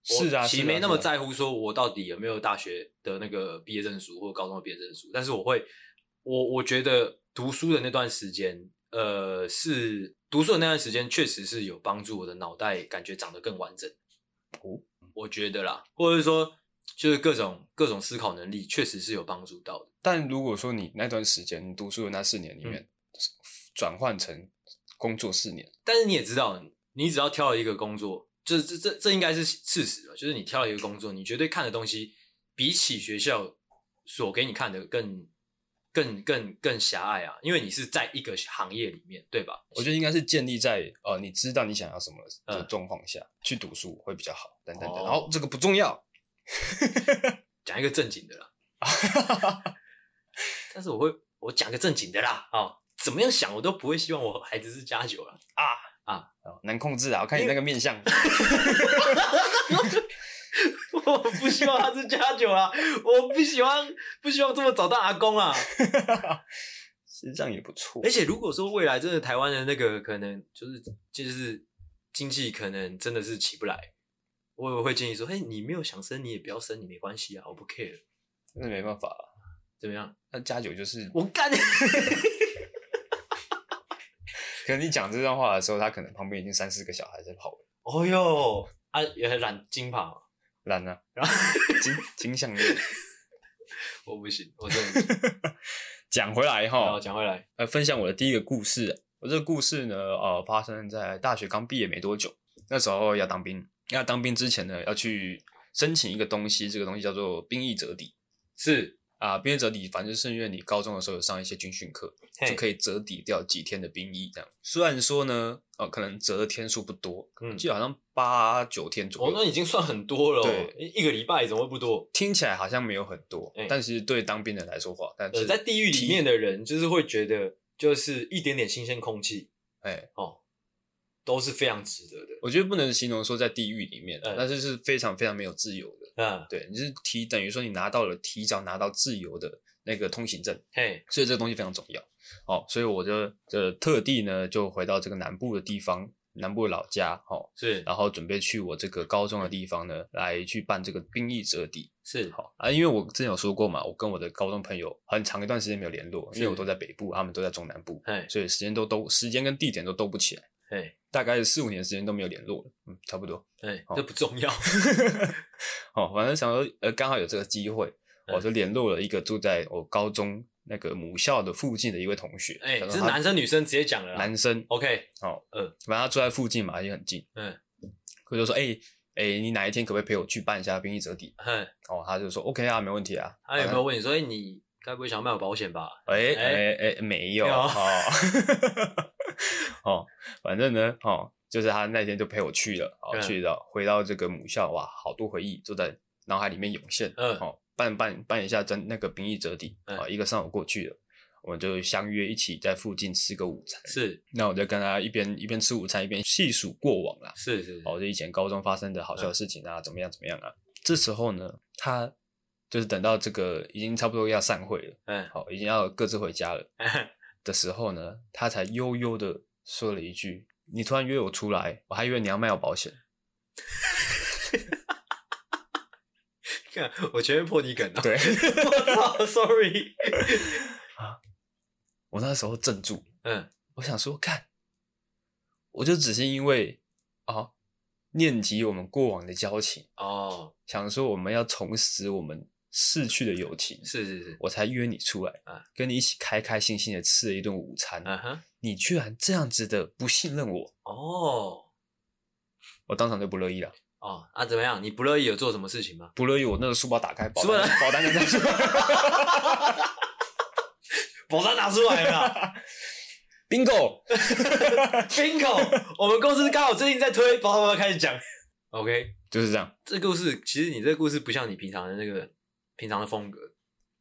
Speaker 2: 我
Speaker 1: 是啊，
Speaker 2: 其
Speaker 1: 是
Speaker 2: 实
Speaker 1: 啊
Speaker 2: 没那么
Speaker 1: 是啊
Speaker 2: 在乎说我到底有没有大学的那个毕业证书或高中的毕业证书，但是我会，我我觉得读书的那段时间，呃，是读书的那段时间确实是有帮助我的脑袋感觉长得更完整。
Speaker 1: 哦，
Speaker 2: 我觉得啦，或者是说，就是各种各种思考能力确实是有帮助到的。
Speaker 1: 但如果说你那段时间你读书的那四
Speaker 2: 嗯
Speaker 1: 年里面，转换成工作四年，
Speaker 2: 但是你也知道，你只要挑了一个工作，这这这这应该是事实了。就是你挑了一个工作，你绝对看的东西，比起学校所给你看的更更更更狭隘啊，因为你是在一个行业里面，对吧？
Speaker 1: 我觉得应该是建立在呃你知道你想要什么的
Speaker 2: 嗯
Speaker 1: 状况下、去读书会比较好，等等等。
Speaker 2: 哦
Speaker 1: 然后这个不重要，
Speaker 2: 讲一个正经的 啦。但是我会，我讲个正经的啦啊、哦怎么样想我都不会希望我孩子是加九啦。
Speaker 1: 哦难控制啊！我看你那个面相，
Speaker 2: 我不希望他是加九啊，我不喜欢不希望这么早当阿公啊。
Speaker 1: 其实这样也不错
Speaker 2: 而。且如果说未来真的台湾的那个可能就是就是经济可能真的是起不来，我也会建议说，嘿，你没有想生你也不要生，你没关系啊，我不 care，
Speaker 1: 那没办法了，
Speaker 2: 怎么样？
Speaker 1: 那加九就是，
Speaker 2: 我干，
Speaker 1: 可能你讲这段话的时候，他可能旁边已经三四个小孩在跑了，
Speaker 2: 哦哟，啊也很染金发嘛，
Speaker 1: 懒啊，
Speaker 2: 然后
Speaker 1: 金金项链。
Speaker 2: 我不行，我真的不行。
Speaker 1: 讲回来
Speaker 2: 然后
Speaker 1: 哈，
Speaker 2: 讲回来，
Speaker 1: 呃，分享我的第一个故事。我这个故事呢，呃，发生在大学刚毕业没多久，那时候要当兵。要当兵之前呢，要去申请一个东西，这个东西叫做兵役折抵
Speaker 2: 是
Speaker 1: 啊。兵役折抵，反正是因为你高中的时候有上一些军训课，就
Speaker 2: 以，
Speaker 1: 可以折抵掉几天的兵役这样。虽然说呢，呃，可能折的天数不多，
Speaker 2: 嗯，
Speaker 1: 记得好像八九天左
Speaker 2: 哦，
Speaker 1: 右，
Speaker 2: 那已经算很多了哦，
Speaker 1: 对
Speaker 2: 一一个礼拜怎么会不多？
Speaker 1: 听起来好像没有很多，
Speaker 2: 哎
Speaker 1: 但是对当兵人来说话，但
Speaker 2: 呃，
Speaker 1: 是
Speaker 2: 在地狱里面的人，就是会觉得，就是一点点新鲜空气
Speaker 1: 哎，
Speaker 2: 哦，都是非常值得的。
Speaker 1: 我觉得不能形容说在地狱里面，
Speaker 2: 嗯
Speaker 1: 但是是非常非常没有自由的。
Speaker 2: 嗯，
Speaker 1: 对，你是提等于说你拿到了提早拿到自由的那个通行证，
Speaker 2: 嘿，
Speaker 1: 所以这个东西非常重要。哦，所以我就呃特地呢就回到这个南部的地方，南部的老家，哦，
Speaker 2: 是
Speaker 1: 然后准备去我这个高中的地方呢来去办这个兵役折抵。
Speaker 2: 是，
Speaker 1: 好啊，因为我之前有说过嘛，我跟我的高中朋友很长一段时间没有联络，因为
Speaker 2: 是
Speaker 1: 我都在北部，他们都在中南部，
Speaker 2: 嘿，
Speaker 1: 所以时间都都时间跟地点都兜不起来，
Speaker 2: 嘿，
Speaker 1: 大概四五年时间都没有联络了，嗯，差不多。
Speaker 2: 嘿，
Speaker 1: 好
Speaker 2: 这不重要。
Speaker 1: 哦，反正想说，呃，刚好有这个机会，
Speaker 2: 嗯
Speaker 1: 我就联络了一个住在我高中那个母校的附近的一位同学，
Speaker 2: 哎，
Speaker 1: 想
Speaker 2: 这
Speaker 1: 说
Speaker 2: 是
Speaker 1: 他
Speaker 2: 男生女生直接讲了啦。
Speaker 1: 男生，
Speaker 2: OK，
Speaker 1: 哦，
Speaker 2: 嗯
Speaker 1: 反正他住在附近嘛，也很近，
Speaker 2: 嗯，
Speaker 1: 我就说，哎、哎、你哪一天可不可以陪我去办一下兵役折抵？
Speaker 2: 嘿，
Speaker 1: 哦，他就说，OK 啊，没问题啊。
Speaker 2: 他有没有问你说，哎，你该不会想卖我保险吧？
Speaker 1: 哎
Speaker 2: 哎
Speaker 1: 哎哎，没有
Speaker 2: 没有
Speaker 1: 哦， 哦，反正呢，哦，就是他那天就陪我去了，哦，
Speaker 2: 嗯
Speaker 1: 去了，回到这个母校，哇，好多回忆就在脑海里面涌现，
Speaker 2: 嗯
Speaker 1: 哦，办办办一下真那个兵役折抵，啊、
Speaker 2: 嗯
Speaker 1: 一个上午过去了，我们就相约一起在附近吃个午餐，
Speaker 2: 是
Speaker 1: 那我就跟他一边一边吃午餐一边细数过往啦，
Speaker 2: 是是，
Speaker 1: 哦，就以前高中发生的好笑的事情啊，怎么样怎么样啊，这时候呢，他就是等到这个已经差不多要散会了。
Speaker 2: 嗯，
Speaker 1: 好，已经要各自回家了的时候呢，他才悠悠的说了一句：“你突然约我出来，我还以为你要卖我保险。
Speaker 2: 看我前面破你梗了，
Speaker 1: 对
Speaker 2: 我操，sorry，”
Speaker 1: 我那时候镇住，
Speaker 2: 嗯，
Speaker 1: 我想说，看，我就只是因为啊，念及我们过往的交情，
Speaker 2: 哦，
Speaker 1: 想说我们要重拾我们逝去的友情，
Speaker 2: 是是是，
Speaker 1: 我才约你出来
Speaker 2: 啊，
Speaker 1: 跟你一起开开心心的吃了一顿午餐。
Speaker 2: 嗯哼，
Speaker 1: 你居然这样子的不信任我，
Speaker 2: 哦
Speaker 1: 我当场就不乐意了。
Speaker 2: 哦，啊，怎么样？你不乐意有做什么事情吗？
Speaker 1: 不乐意，我那个书包打开，保
Speaker 2: 书包
Speaker 1: 单保单在那出
Speaker 2: 保单拿出 来了
Speaker 1: ，bingo，
Speaker 2: ，bingo！我们公司刚好最近在推，保单开始讲。OK，
Speaker 1: 就是这样。
Speaker 2: 这故事其实你这个故事不像你平常的那个平常的风格。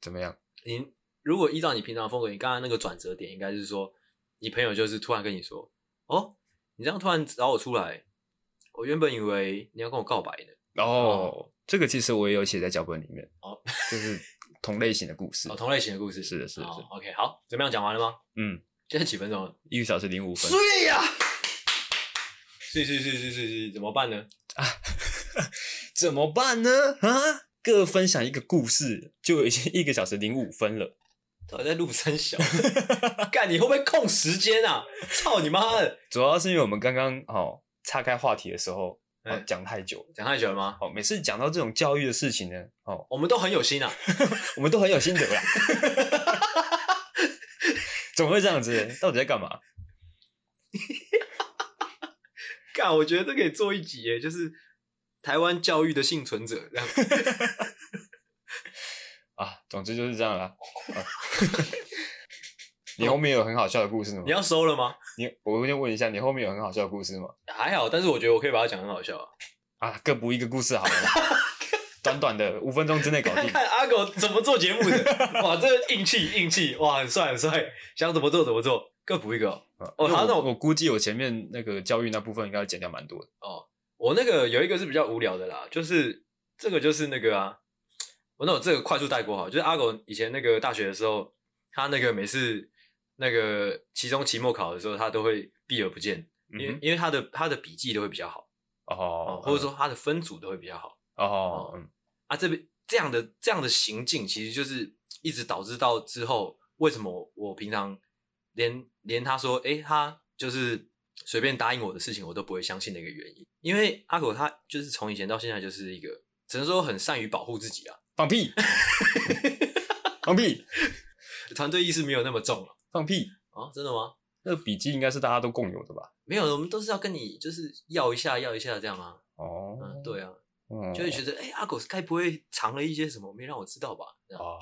Speaker 1: 怎么样？
Speaker 2: 你如果依照你平常的风格，你刚刚那个转折点应该是说，你朋友就是突然跟你说：“哦，你这样突然找我出来，我原本以为你要跟我告白的。
Speaker 1: 然后
Speaker 2: 哦
Speaker 1: 这个其实我也有写在脚本里面，
Speaker 2: 哦，
Speaker 1: 就是同类型的故”事
Speaker 2: 哦，。同类型的故事
Speaker 1: 是的是的
Speaker 2: 哦
Speaker 1: 是的
Speaker 2: OK，好，怎么样？讲完了吗？
Speaker 1: 嗯，
Speaker 2: 现在几分钟了？
Speaker 1: 一个小时零五分。
Speaker 2: 睡呀、睡睡睡睡睡睡，怎么办呢？
Speaker 1: 怎么办呢？啊，各分享一个故事，就已经一个小时零五分了。
Speaker 2: 到底在录三 小？干，你会不会空时间啊？操你妈的！
Speaker 1: 主要是因为我们刚刚哦岔开话题的时候，哦
Speaker 2: 哎
Speaker 1: 讲太久了。
Speaker 2: 讲太久了吗？
Speaker 1: 哦，每次讲到这种教育的事情呢，哦，
Speaker 2: 我们都很有 心啊。
Speaker 1: 我们都很有心 得啦。怎么会这样子？到底在干嘛？
Speaker 2: 干，我觉得这可以做一集耶，就是台湾教育的幸存者
Speaker 1: 哦
Speaker 2: 这样。
Speaker 1: 啊，总之就是这样啦。啊你后面有很好笑的故事吗
Speaker 2: 你？要收了吗？
Speaker 1: 你我先问一下，你后面有很好笑的故事吗？
Speaker 2: 还好，但是我觉得我可以把它讲得很好笑 啊。
Speaker 1: 啊，各补一个故事好了 啦，短短的五分钟之内搞
Speaker 2: 看
Speaker 1: 定。啊
Speaker 2: 看阿狗怎么做节目的， 哇，这个硬气硬气，哇，很帅很帅，想怎么做怎么做，各补一个哦。
Speaker 1: 啊
Speaker 2: 哦
Speaker 1: 因为
Speaker 2: 好那
Speaker 1: 我
Speaker 2: 我
Speaker 1: 我估计我前面那个教育那部分应该要剪掉蛮多的。
Speaker 2: 我那个有一个是比较无聊的啦，就是这个就是那个啊，我那我这个快速带过好，就是阿狗以前那个大学的时候，他那个每次那个期中期末考的时候，他都会避而不见，因为、
Speaker 1: 嗯
Speaker 2: 因为他的他的笔记都会比较好，
Speaker 1: 哼哦
Speaker 2: 哦，，或者说他的分组都会比较好。
Speaker 1: 嗯哦，嗯
Speaker 2: 啊，这边这样的这样的行径，其实就是一直导致到之后，为什么我我平常连连他说，诶、他就是随便答应我的事情，我都不会相信的一个原因。因为阿狗他就是从以前到现在就是一个，只能说很善于保护自己啊，
Speaker 1: 放屁， 放屁，
Speaker 2: 团队意识没有那么重了
Speaker 1: 放屁！
Speaker 2: 啊真的吗？
Speaker 1: 那笔记应该是大家都共有的吧？
Speaker 2: 没有，我们都是要跟你就是要一下要一下这样啊，
Speaker 1: 哦，
Speaker 2: 嗯，对啊，
Speaker 1: 嗯，
Speaker 2: 就会觉得，诶、阿狗该不会藏了一些什么没让我知道吧？这样
Speaker 1: 哦，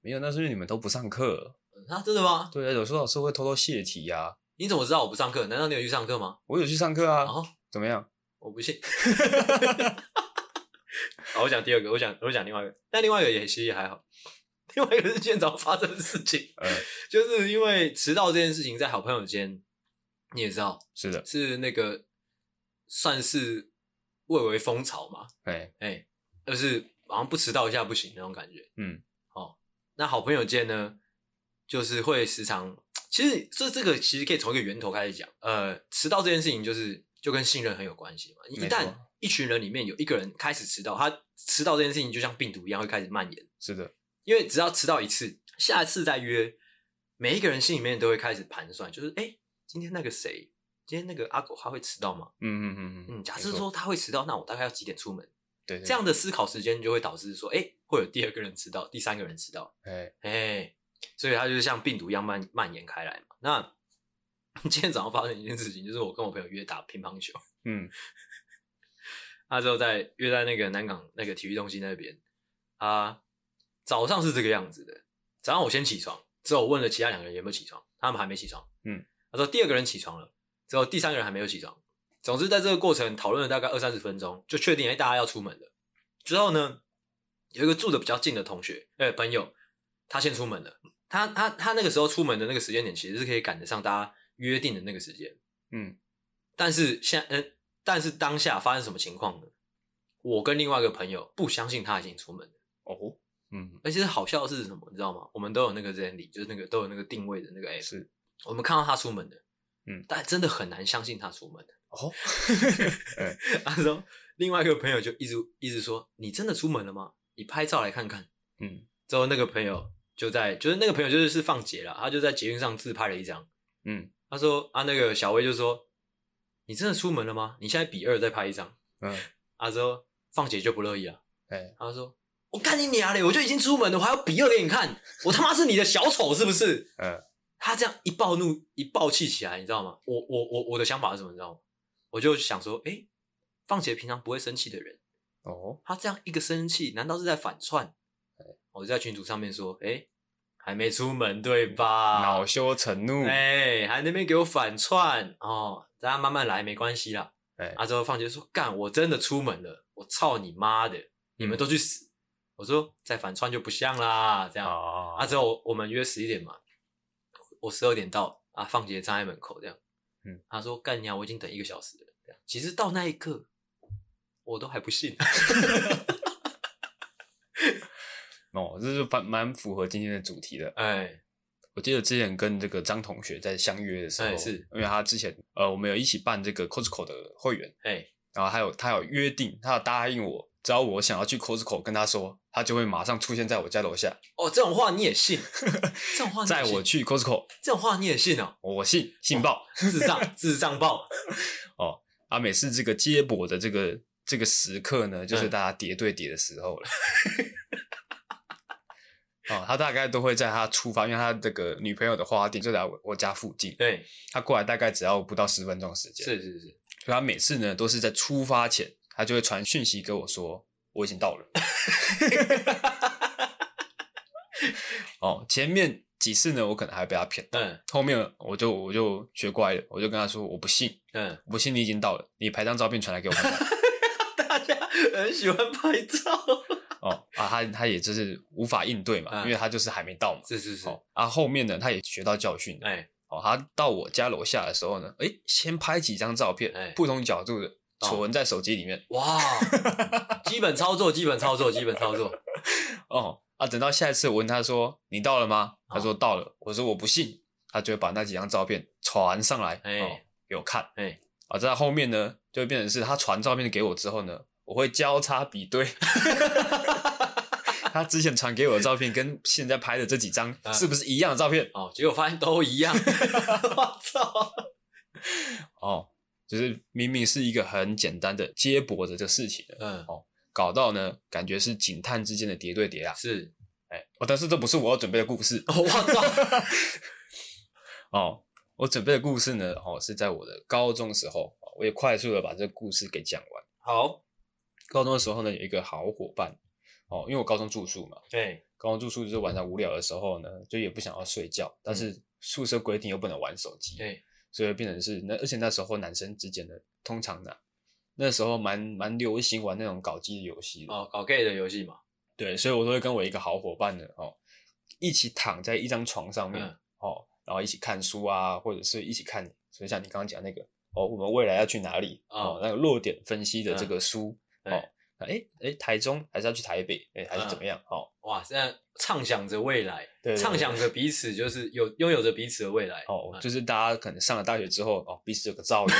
Speaker 1: 没有，那是因为你们都不上课。
Speaker 2: 啊，真的吗？
Speaker 1: 对啊，有时候老师会偷偷泄题呀、啊。
Speaker 2: 你怎么知道我不上课？难道你有去上课吗？
Speaker 1: 我有去上课啊，
Speaker 2: 然后、
Speaker 1: 怎么样？
Speaker 2: 我不信。 好，我讲第二个，我讲我讲另外一个，但另外一个也其实也还好。另外一个是今天早上发生的事情，
Speaker 1: 呃，
Speaker 2: 就是因为迟到这件事情，在好朋友间，你也知道
Speaker 1: 是的，
Speaker 2: 是那个算是蔚为风潮嘛，
Speaker 1: 哎，
Speaker 2: 哎、就是好像不迟到一下不行那种感觉。哦
Speaker 1: 嗯，
Speaker 2: 那好朋友间呢，就是会时常，其实这这个其实可以从一个源头开始讲。呃，迟到这件事情就是就跟信任很有关系嘛。
Speaker 1: 没错
Speaker 2: 一旦一群人里面有一个人开始迟到，他迟到这件事情就像病毒一样会开始蔓延，
Speaker 1: 是的，
Speaker 2: 因为只要迟到一次，下一次再约，每一个人心里面都会开始盘算，就是哎，诶今天那个谁，今天那个阿狗他会迟到吗？
Speaker 1: 嗯嗯嗯
Speaker 2: 嗯，假
Speaker 1: 没
Speaker 2: 设
Speaker 1: 错
Speaker 2: 说他会迟到，那我大概要几点出门？
Speaker 1: 对对
Speaker 2: 这样的思考时间就会导致说，哎，会有第二个人迟到，第三个人迟到。
Speaker 1: 哎，
Speaker 2: 哎、所以它就是像病毒一样蔓蔓延开来嘛。那 今天早上发生一件事情，就是我跟我朋友约打乒乓球，
Speaker 1: 嗯，
Speaker 2: 那之后在约在那个南港那个体育中心那边啊，早上是这个样子的，早上我先起床，之后我问了其他两个人有没有起床，他们还没起床。
Speaker 1: 嗯，
Speaker 2: 他说第二个人起床了，之后第三个人还没有起床。总之，在这个过程讨论了大概二三十分钟，就确定哎大家要出门了。之后呢，有一个住的比较近的同学，哎、朋友，他先出门了。他他他那个时候出门的那个时间点，其实是可以赶得上大家约定的那个时间。
Speaker 1: 嗯，
Speaker 2: 但是现嗯、但是当下发生什么情况呢？我跟另外一个朋友不相信他已经出门了。
Speaker 1: 哦，嗯，
Speaker 2: 而且好笑的是什么，你知道吗？我们都有那个 Zenly，就是那个都有那个定位的那个 app，
Speaker 1: 是
Speaker 2: 我们看到他出门的，
Speaker 1: 嗯
Speaker 2: 但真的很难相信他出门的。
Speaker 1: 哦，
Speaker 2: 他说，另外一个朋友就一直一直说：“你真的出门了吗？你拍照来看看。
Speaker 1: 嗯”
Speaker 2: 之后那个朋友就在，就是那个朋友就是是放劫了，他就在捷运上自拍了一张。
Speaker 1: 嗯
Speaker 2: 他说：“啊，那个小薇就说，你真的出门了吗？你现在比二再拍一张。
Speaker 1: 嗯，”
Speaker 2: 啊，之后放劫就不乐意了，
Speaker 1: 哎，
Speaker 2: 他说：“我干你娘嘞！我就已经出门了，我还要比二给你看，我他妈是你的小丑是不是？”
Speaker 1: 呃，
Speaker 2: 他这样一暴怒、一暴气起来，你知道吗？我、我、我、我的想法是什么？你知道吗？我就想说，哎、放姐平常不会生气的人，
Speaker 1: 哦，
Speaker 2: 他这样一个生气，难道是在反串？我就在群组上面说，哎、还没出门对吧
Speaker 1: 恼？羞成怒，
Speaker 2: 哎、还那边给我反串哦，大家慢慢来，没关系啦。
Speaker 1: 哎，
Speaker 2: 啊，之后放姐说，干，我真的出门了，我操你妈
Speaker 1: 嗯
Speaker 2: 的，你们都去死！我说再反串就不像啦，这样。
Speaker 1: 啊
Speaker 2: 啊，之后我们约十一点嘛，我十二点到啊，放学站在门口这样。
Speaker 1: 嗯，
Speaker 2: 他说干啊娘，我已经等一个小时了。这样，其实到那一刻，我都还不信。
Speaker 1: 哦，这是蛮蛮符合今天的主题的。
Speaker 2: 哎，
Speaker 1: 我记得之前跟这个张同学在相约的时候，
Speaker 2: 哎是
Speaker 1: 因为他之前呃，我们有一起办这个 Costco 的会员，
Speaker 2: 哎，
Speaker 1: 然后他有他有约定，他有答应我，只要我想要去 Costco 跟他说，他就会马上出现在我家楼下。
Speaker 2: 哦，这种话你 也信？这种话哦你也
Speaker 1: 在
Speaker 2: 信
Speaker 1: 我去 Costco，
Speaker 2: 这种话你也信哦？
Speaker 1: 我信信报
Speaker 2: 智障，智障爆！
Speaker 1: 啊！每次这个接驳的这个这个时刻呢，就是
Speaker 2: 嗯
Speaker 1: 大家叠对叠的时候了。 哦，他大概都会在他出发，因为他这个女朋友的花店就在我我家附近，
Speaker 2: 对，
Speaker 1: 他过来大概只要不到十分钟的时间。
Speaker 2: 是是是，
Speaker 1: 所以他每次呢都是在出发前，他就会传讯息给我说我已经 到了。哦，前面几次呢，我可能还被他骗，
Speaker 2: 嗯
Speaker 1: 后面我就我就学乖了，我就跟他说我不信，
Speaker 2: 嗯，
Speaker 1: 我不信你已经到了，你拍张照片传来给我看看。
Speaker 2: 大家很喜欢拍照。
Speaker 1: 哦啊，他他也就是无法应对嘛，
Speaker 2: 嗯
Speaker 1: 因为他就是还没到嘛。
Speaker 2: 是是是，
Speaker 1: 哦啊，后面呢他也学到教训了。
Speaker 2: 哎
Speaker 1: 哦，他到我家楼下的时候呢，诶，先拍几张照片，
Speaker 2: 哎哦
Speaker 1: 不同角度的存在手机里面。
Speaker 2: 哇，基本操作，基本操作，基本操 作。
Speaker 1: 哦啊，等到下一次我问他说你到了吗？
Speaker 2: 哦
Speaker 1: 他说到了。我说我不信，他就会把那几张照片传上来，
Speaker 2: 哎
Speaker 1: 哦，给我看。
Speaker 2: 哎，
Speaker 1: 啊，在后面呢，就会变成是他传照片给我之后呢，我会交叉比对。 他之前传给我的照片跟现在拍的这几张
Speaker 2: 啊
Speaker 1: 是不是一样的照片？
Speaker 2: 哦，结果发现都一 样。我操！
Speaker 1: 哦，就是明明是一个很简单的接驳的这个事情，
Speaker 2: 嗯，
Speaker 1: 搞到呢感觉是警探之间的叠对叠啊。
Speaker 2: 是，
Speaker 1: 哎，哦，但是这不是我要准备的故事。
Speaker 2: 我操，
Speaker 1: 哦，我准备的故事呢，哦，是在我的高中时候，哦我也快速的把这个故事给讲完。
Speaker 2: 好，
Speaker 1: 高中的时候呢，有一个好伙伴，哦，因为我高中住宿嘛，
Speaker 2: 对，
Speaker 1: 高中住宿就是晚上无聊的时候呢，就也不想要睡觉，但是宿舍规定又不能玩手机，
Speaker 2: 对，
Speaker 1: 所以变成是那，而且那时候男生之间的通常呢，那时候蛮蛮流行玩那种搞基的游戏的，
Speaker 2: 哦，搞 gay 的游戏嘛，
Speaker 1: 对，所以我都会跟我一个好伙伴呢，哦，一起躺在一张床上面，
Speaker 2: 嗯
Speaker 1: 哦，然后一起看书啊，或者是一起看，所以像你刚刚讲那个，哦，我们未来要去哪里？哦
Speaker 2: 哦，
Speaker 1: 那个落点分析的这个书，
Speaker 2: 嗯
Speaker 1: 哦，那哎哎，台中还是要去台北，哎，还是怎么样？哦，
Speaker 2: 哇，现在畅想着未来，
Speaker 1: 对对对
Speaker 2: 嗯畅想着彼此，就是有拥有着彼此的未来。
Speaker 1: 哦，
Speaker 2: 嗯
Speaker 1: 就是大家可能上了大学之后，哦，彼此有个 照应。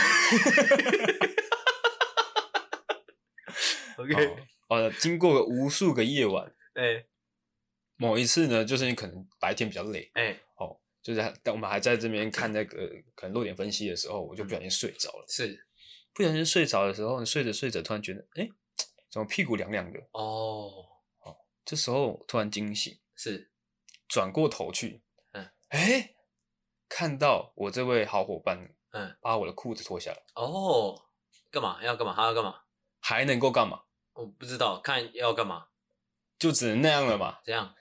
Speaker 1: 哦
Speaker 2: ，OK，，
Speaker 1: 呃，经过了无数个夜晚，
Speaker 2: 哎
Speaker 1: 某一次呢，就是你可能白天比较累，
Speaker 2: 哎，
Speaker 1: 哦，就是还但我们还在这边看那个可能落点分析的时候，我就不小心睡着了。
Speaker 2: 是，
Speaker 1: 不小心睡着的时候，睡着睡着突然觉得，哎、怎么屁股凉凉的？
Speaker 2: 哦，
Speaker 1: 这时候突然惊醒，
Speaker 2: 是，
Speaker 1: 转过头去，
Speaker 2: 嗯，
Speaker 1: 哎、看到我这位好伙伴
Speaker 2: 嗯，
Speaker 1: 把我的裤子脱下来，
Speaker 2: 哦，干嘛要干嘛？他要干嘛？
Speaker 1: 还能够干嘛？
Speaker 2: 我不知道，看要干嘛？
Speaker 1: 就只能那样了嘛。
Speaker 2: 怎样？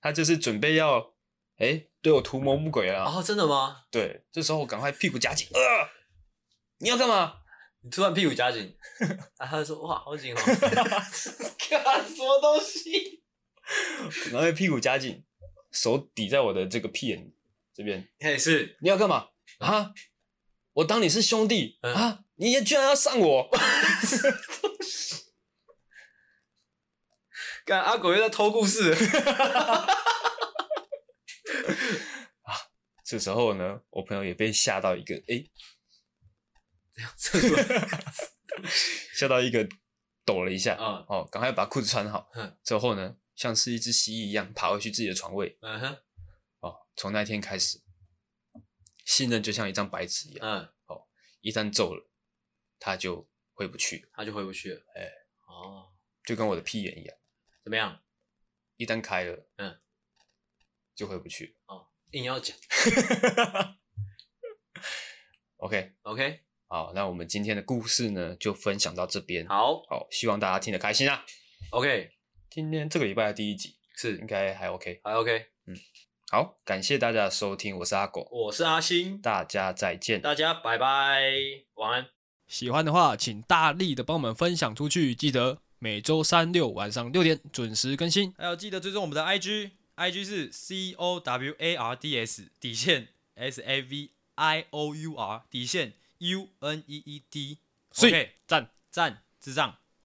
Speaker 1: 他就是准备要，哎、对我图谋不轨了。
Speaker 2: 哦，真的吗？
Speaker 1: 对，这时候我赶快屁股夹紧，呃，你要干嘛？
Speaker 2: 你突然屁股夹 紧，啊，他就说哇，好紧 哦，看什么东西？
Speaker 1: 然后屁股夹紧，手抵在我的这个屁眼这边，
Speaker 2: 嘿，是，
Speaker 1: 你要干嘛啊？我当你是兄弟、
Speaker 2: 嗯
Speaker 1: 啊？你也居然要上我？
Speaker 2: 干阿狗又在偷故事，
Speaker 1: 这时候呢，我朋友也被吓到一个，哎、
Speaker 2: 这是什么
Speaker 1: 吓到一个抖了一下，
Speaker 2: 嗯
Speaker 1: 哦，赶快把裤子穿好
Speaker 2: 嗯。
Speaker 1: 之后呢，像是一只蜥蜴一样爬回去自己的床位。
Speaker 2: 嗯哼，
Speaker 1: 哦，从那天开始，信任就像一张白纸一样，
Speaker 2: 嗯，
Speaker 1: 一旦皱了，它就回不去了，
Speaker 2: 他就回不去了，
Speaker 1: 哎
Speaker 2: 哦，
Speaker 1: 就跟我的屁眼一样，
Speaker 2: 怎么样？
Speaker 1: 一旦开了，
Speaker 2: 嗯，
Speaker 1: 就回不去
Speaker 2: 硬要讲
Speaker 1: 了。OK，
Speaker 2: ，OK，
Speaker 1: 好，那我们今天的故事呢，就分享到这边。
Speaker 2: 好
Speaker 1: 好，希望大家听得开心啊！
Speaker 2: ，OK，
Speaker 1: 今天这个礼拜的第一集应
Speaker 2: 是，
Speaker 1: 该还 OK。
Speaker 2: 还 OK，
Speaker 1: 好，感谢大家的收听，我是阿狗，
Speaker 2: 我是阿星，
Speaker 1: 大家再见。
Speaker 2: 大家拜拜，晚安。
Speaker 3: 喜欢的话，请大力的帮我们分享出去。记得每周三六晚上六点准时更新。
Speaker 4: 还有记得追踪我们的 IG，IG 是 C O W A R D S 底线 S A V I O U R 底线 U N E E D。
Speaker 3: 所以
Speaker 4: OK，
Speaker 3: 赞。
Speaker 4: 赞，智障。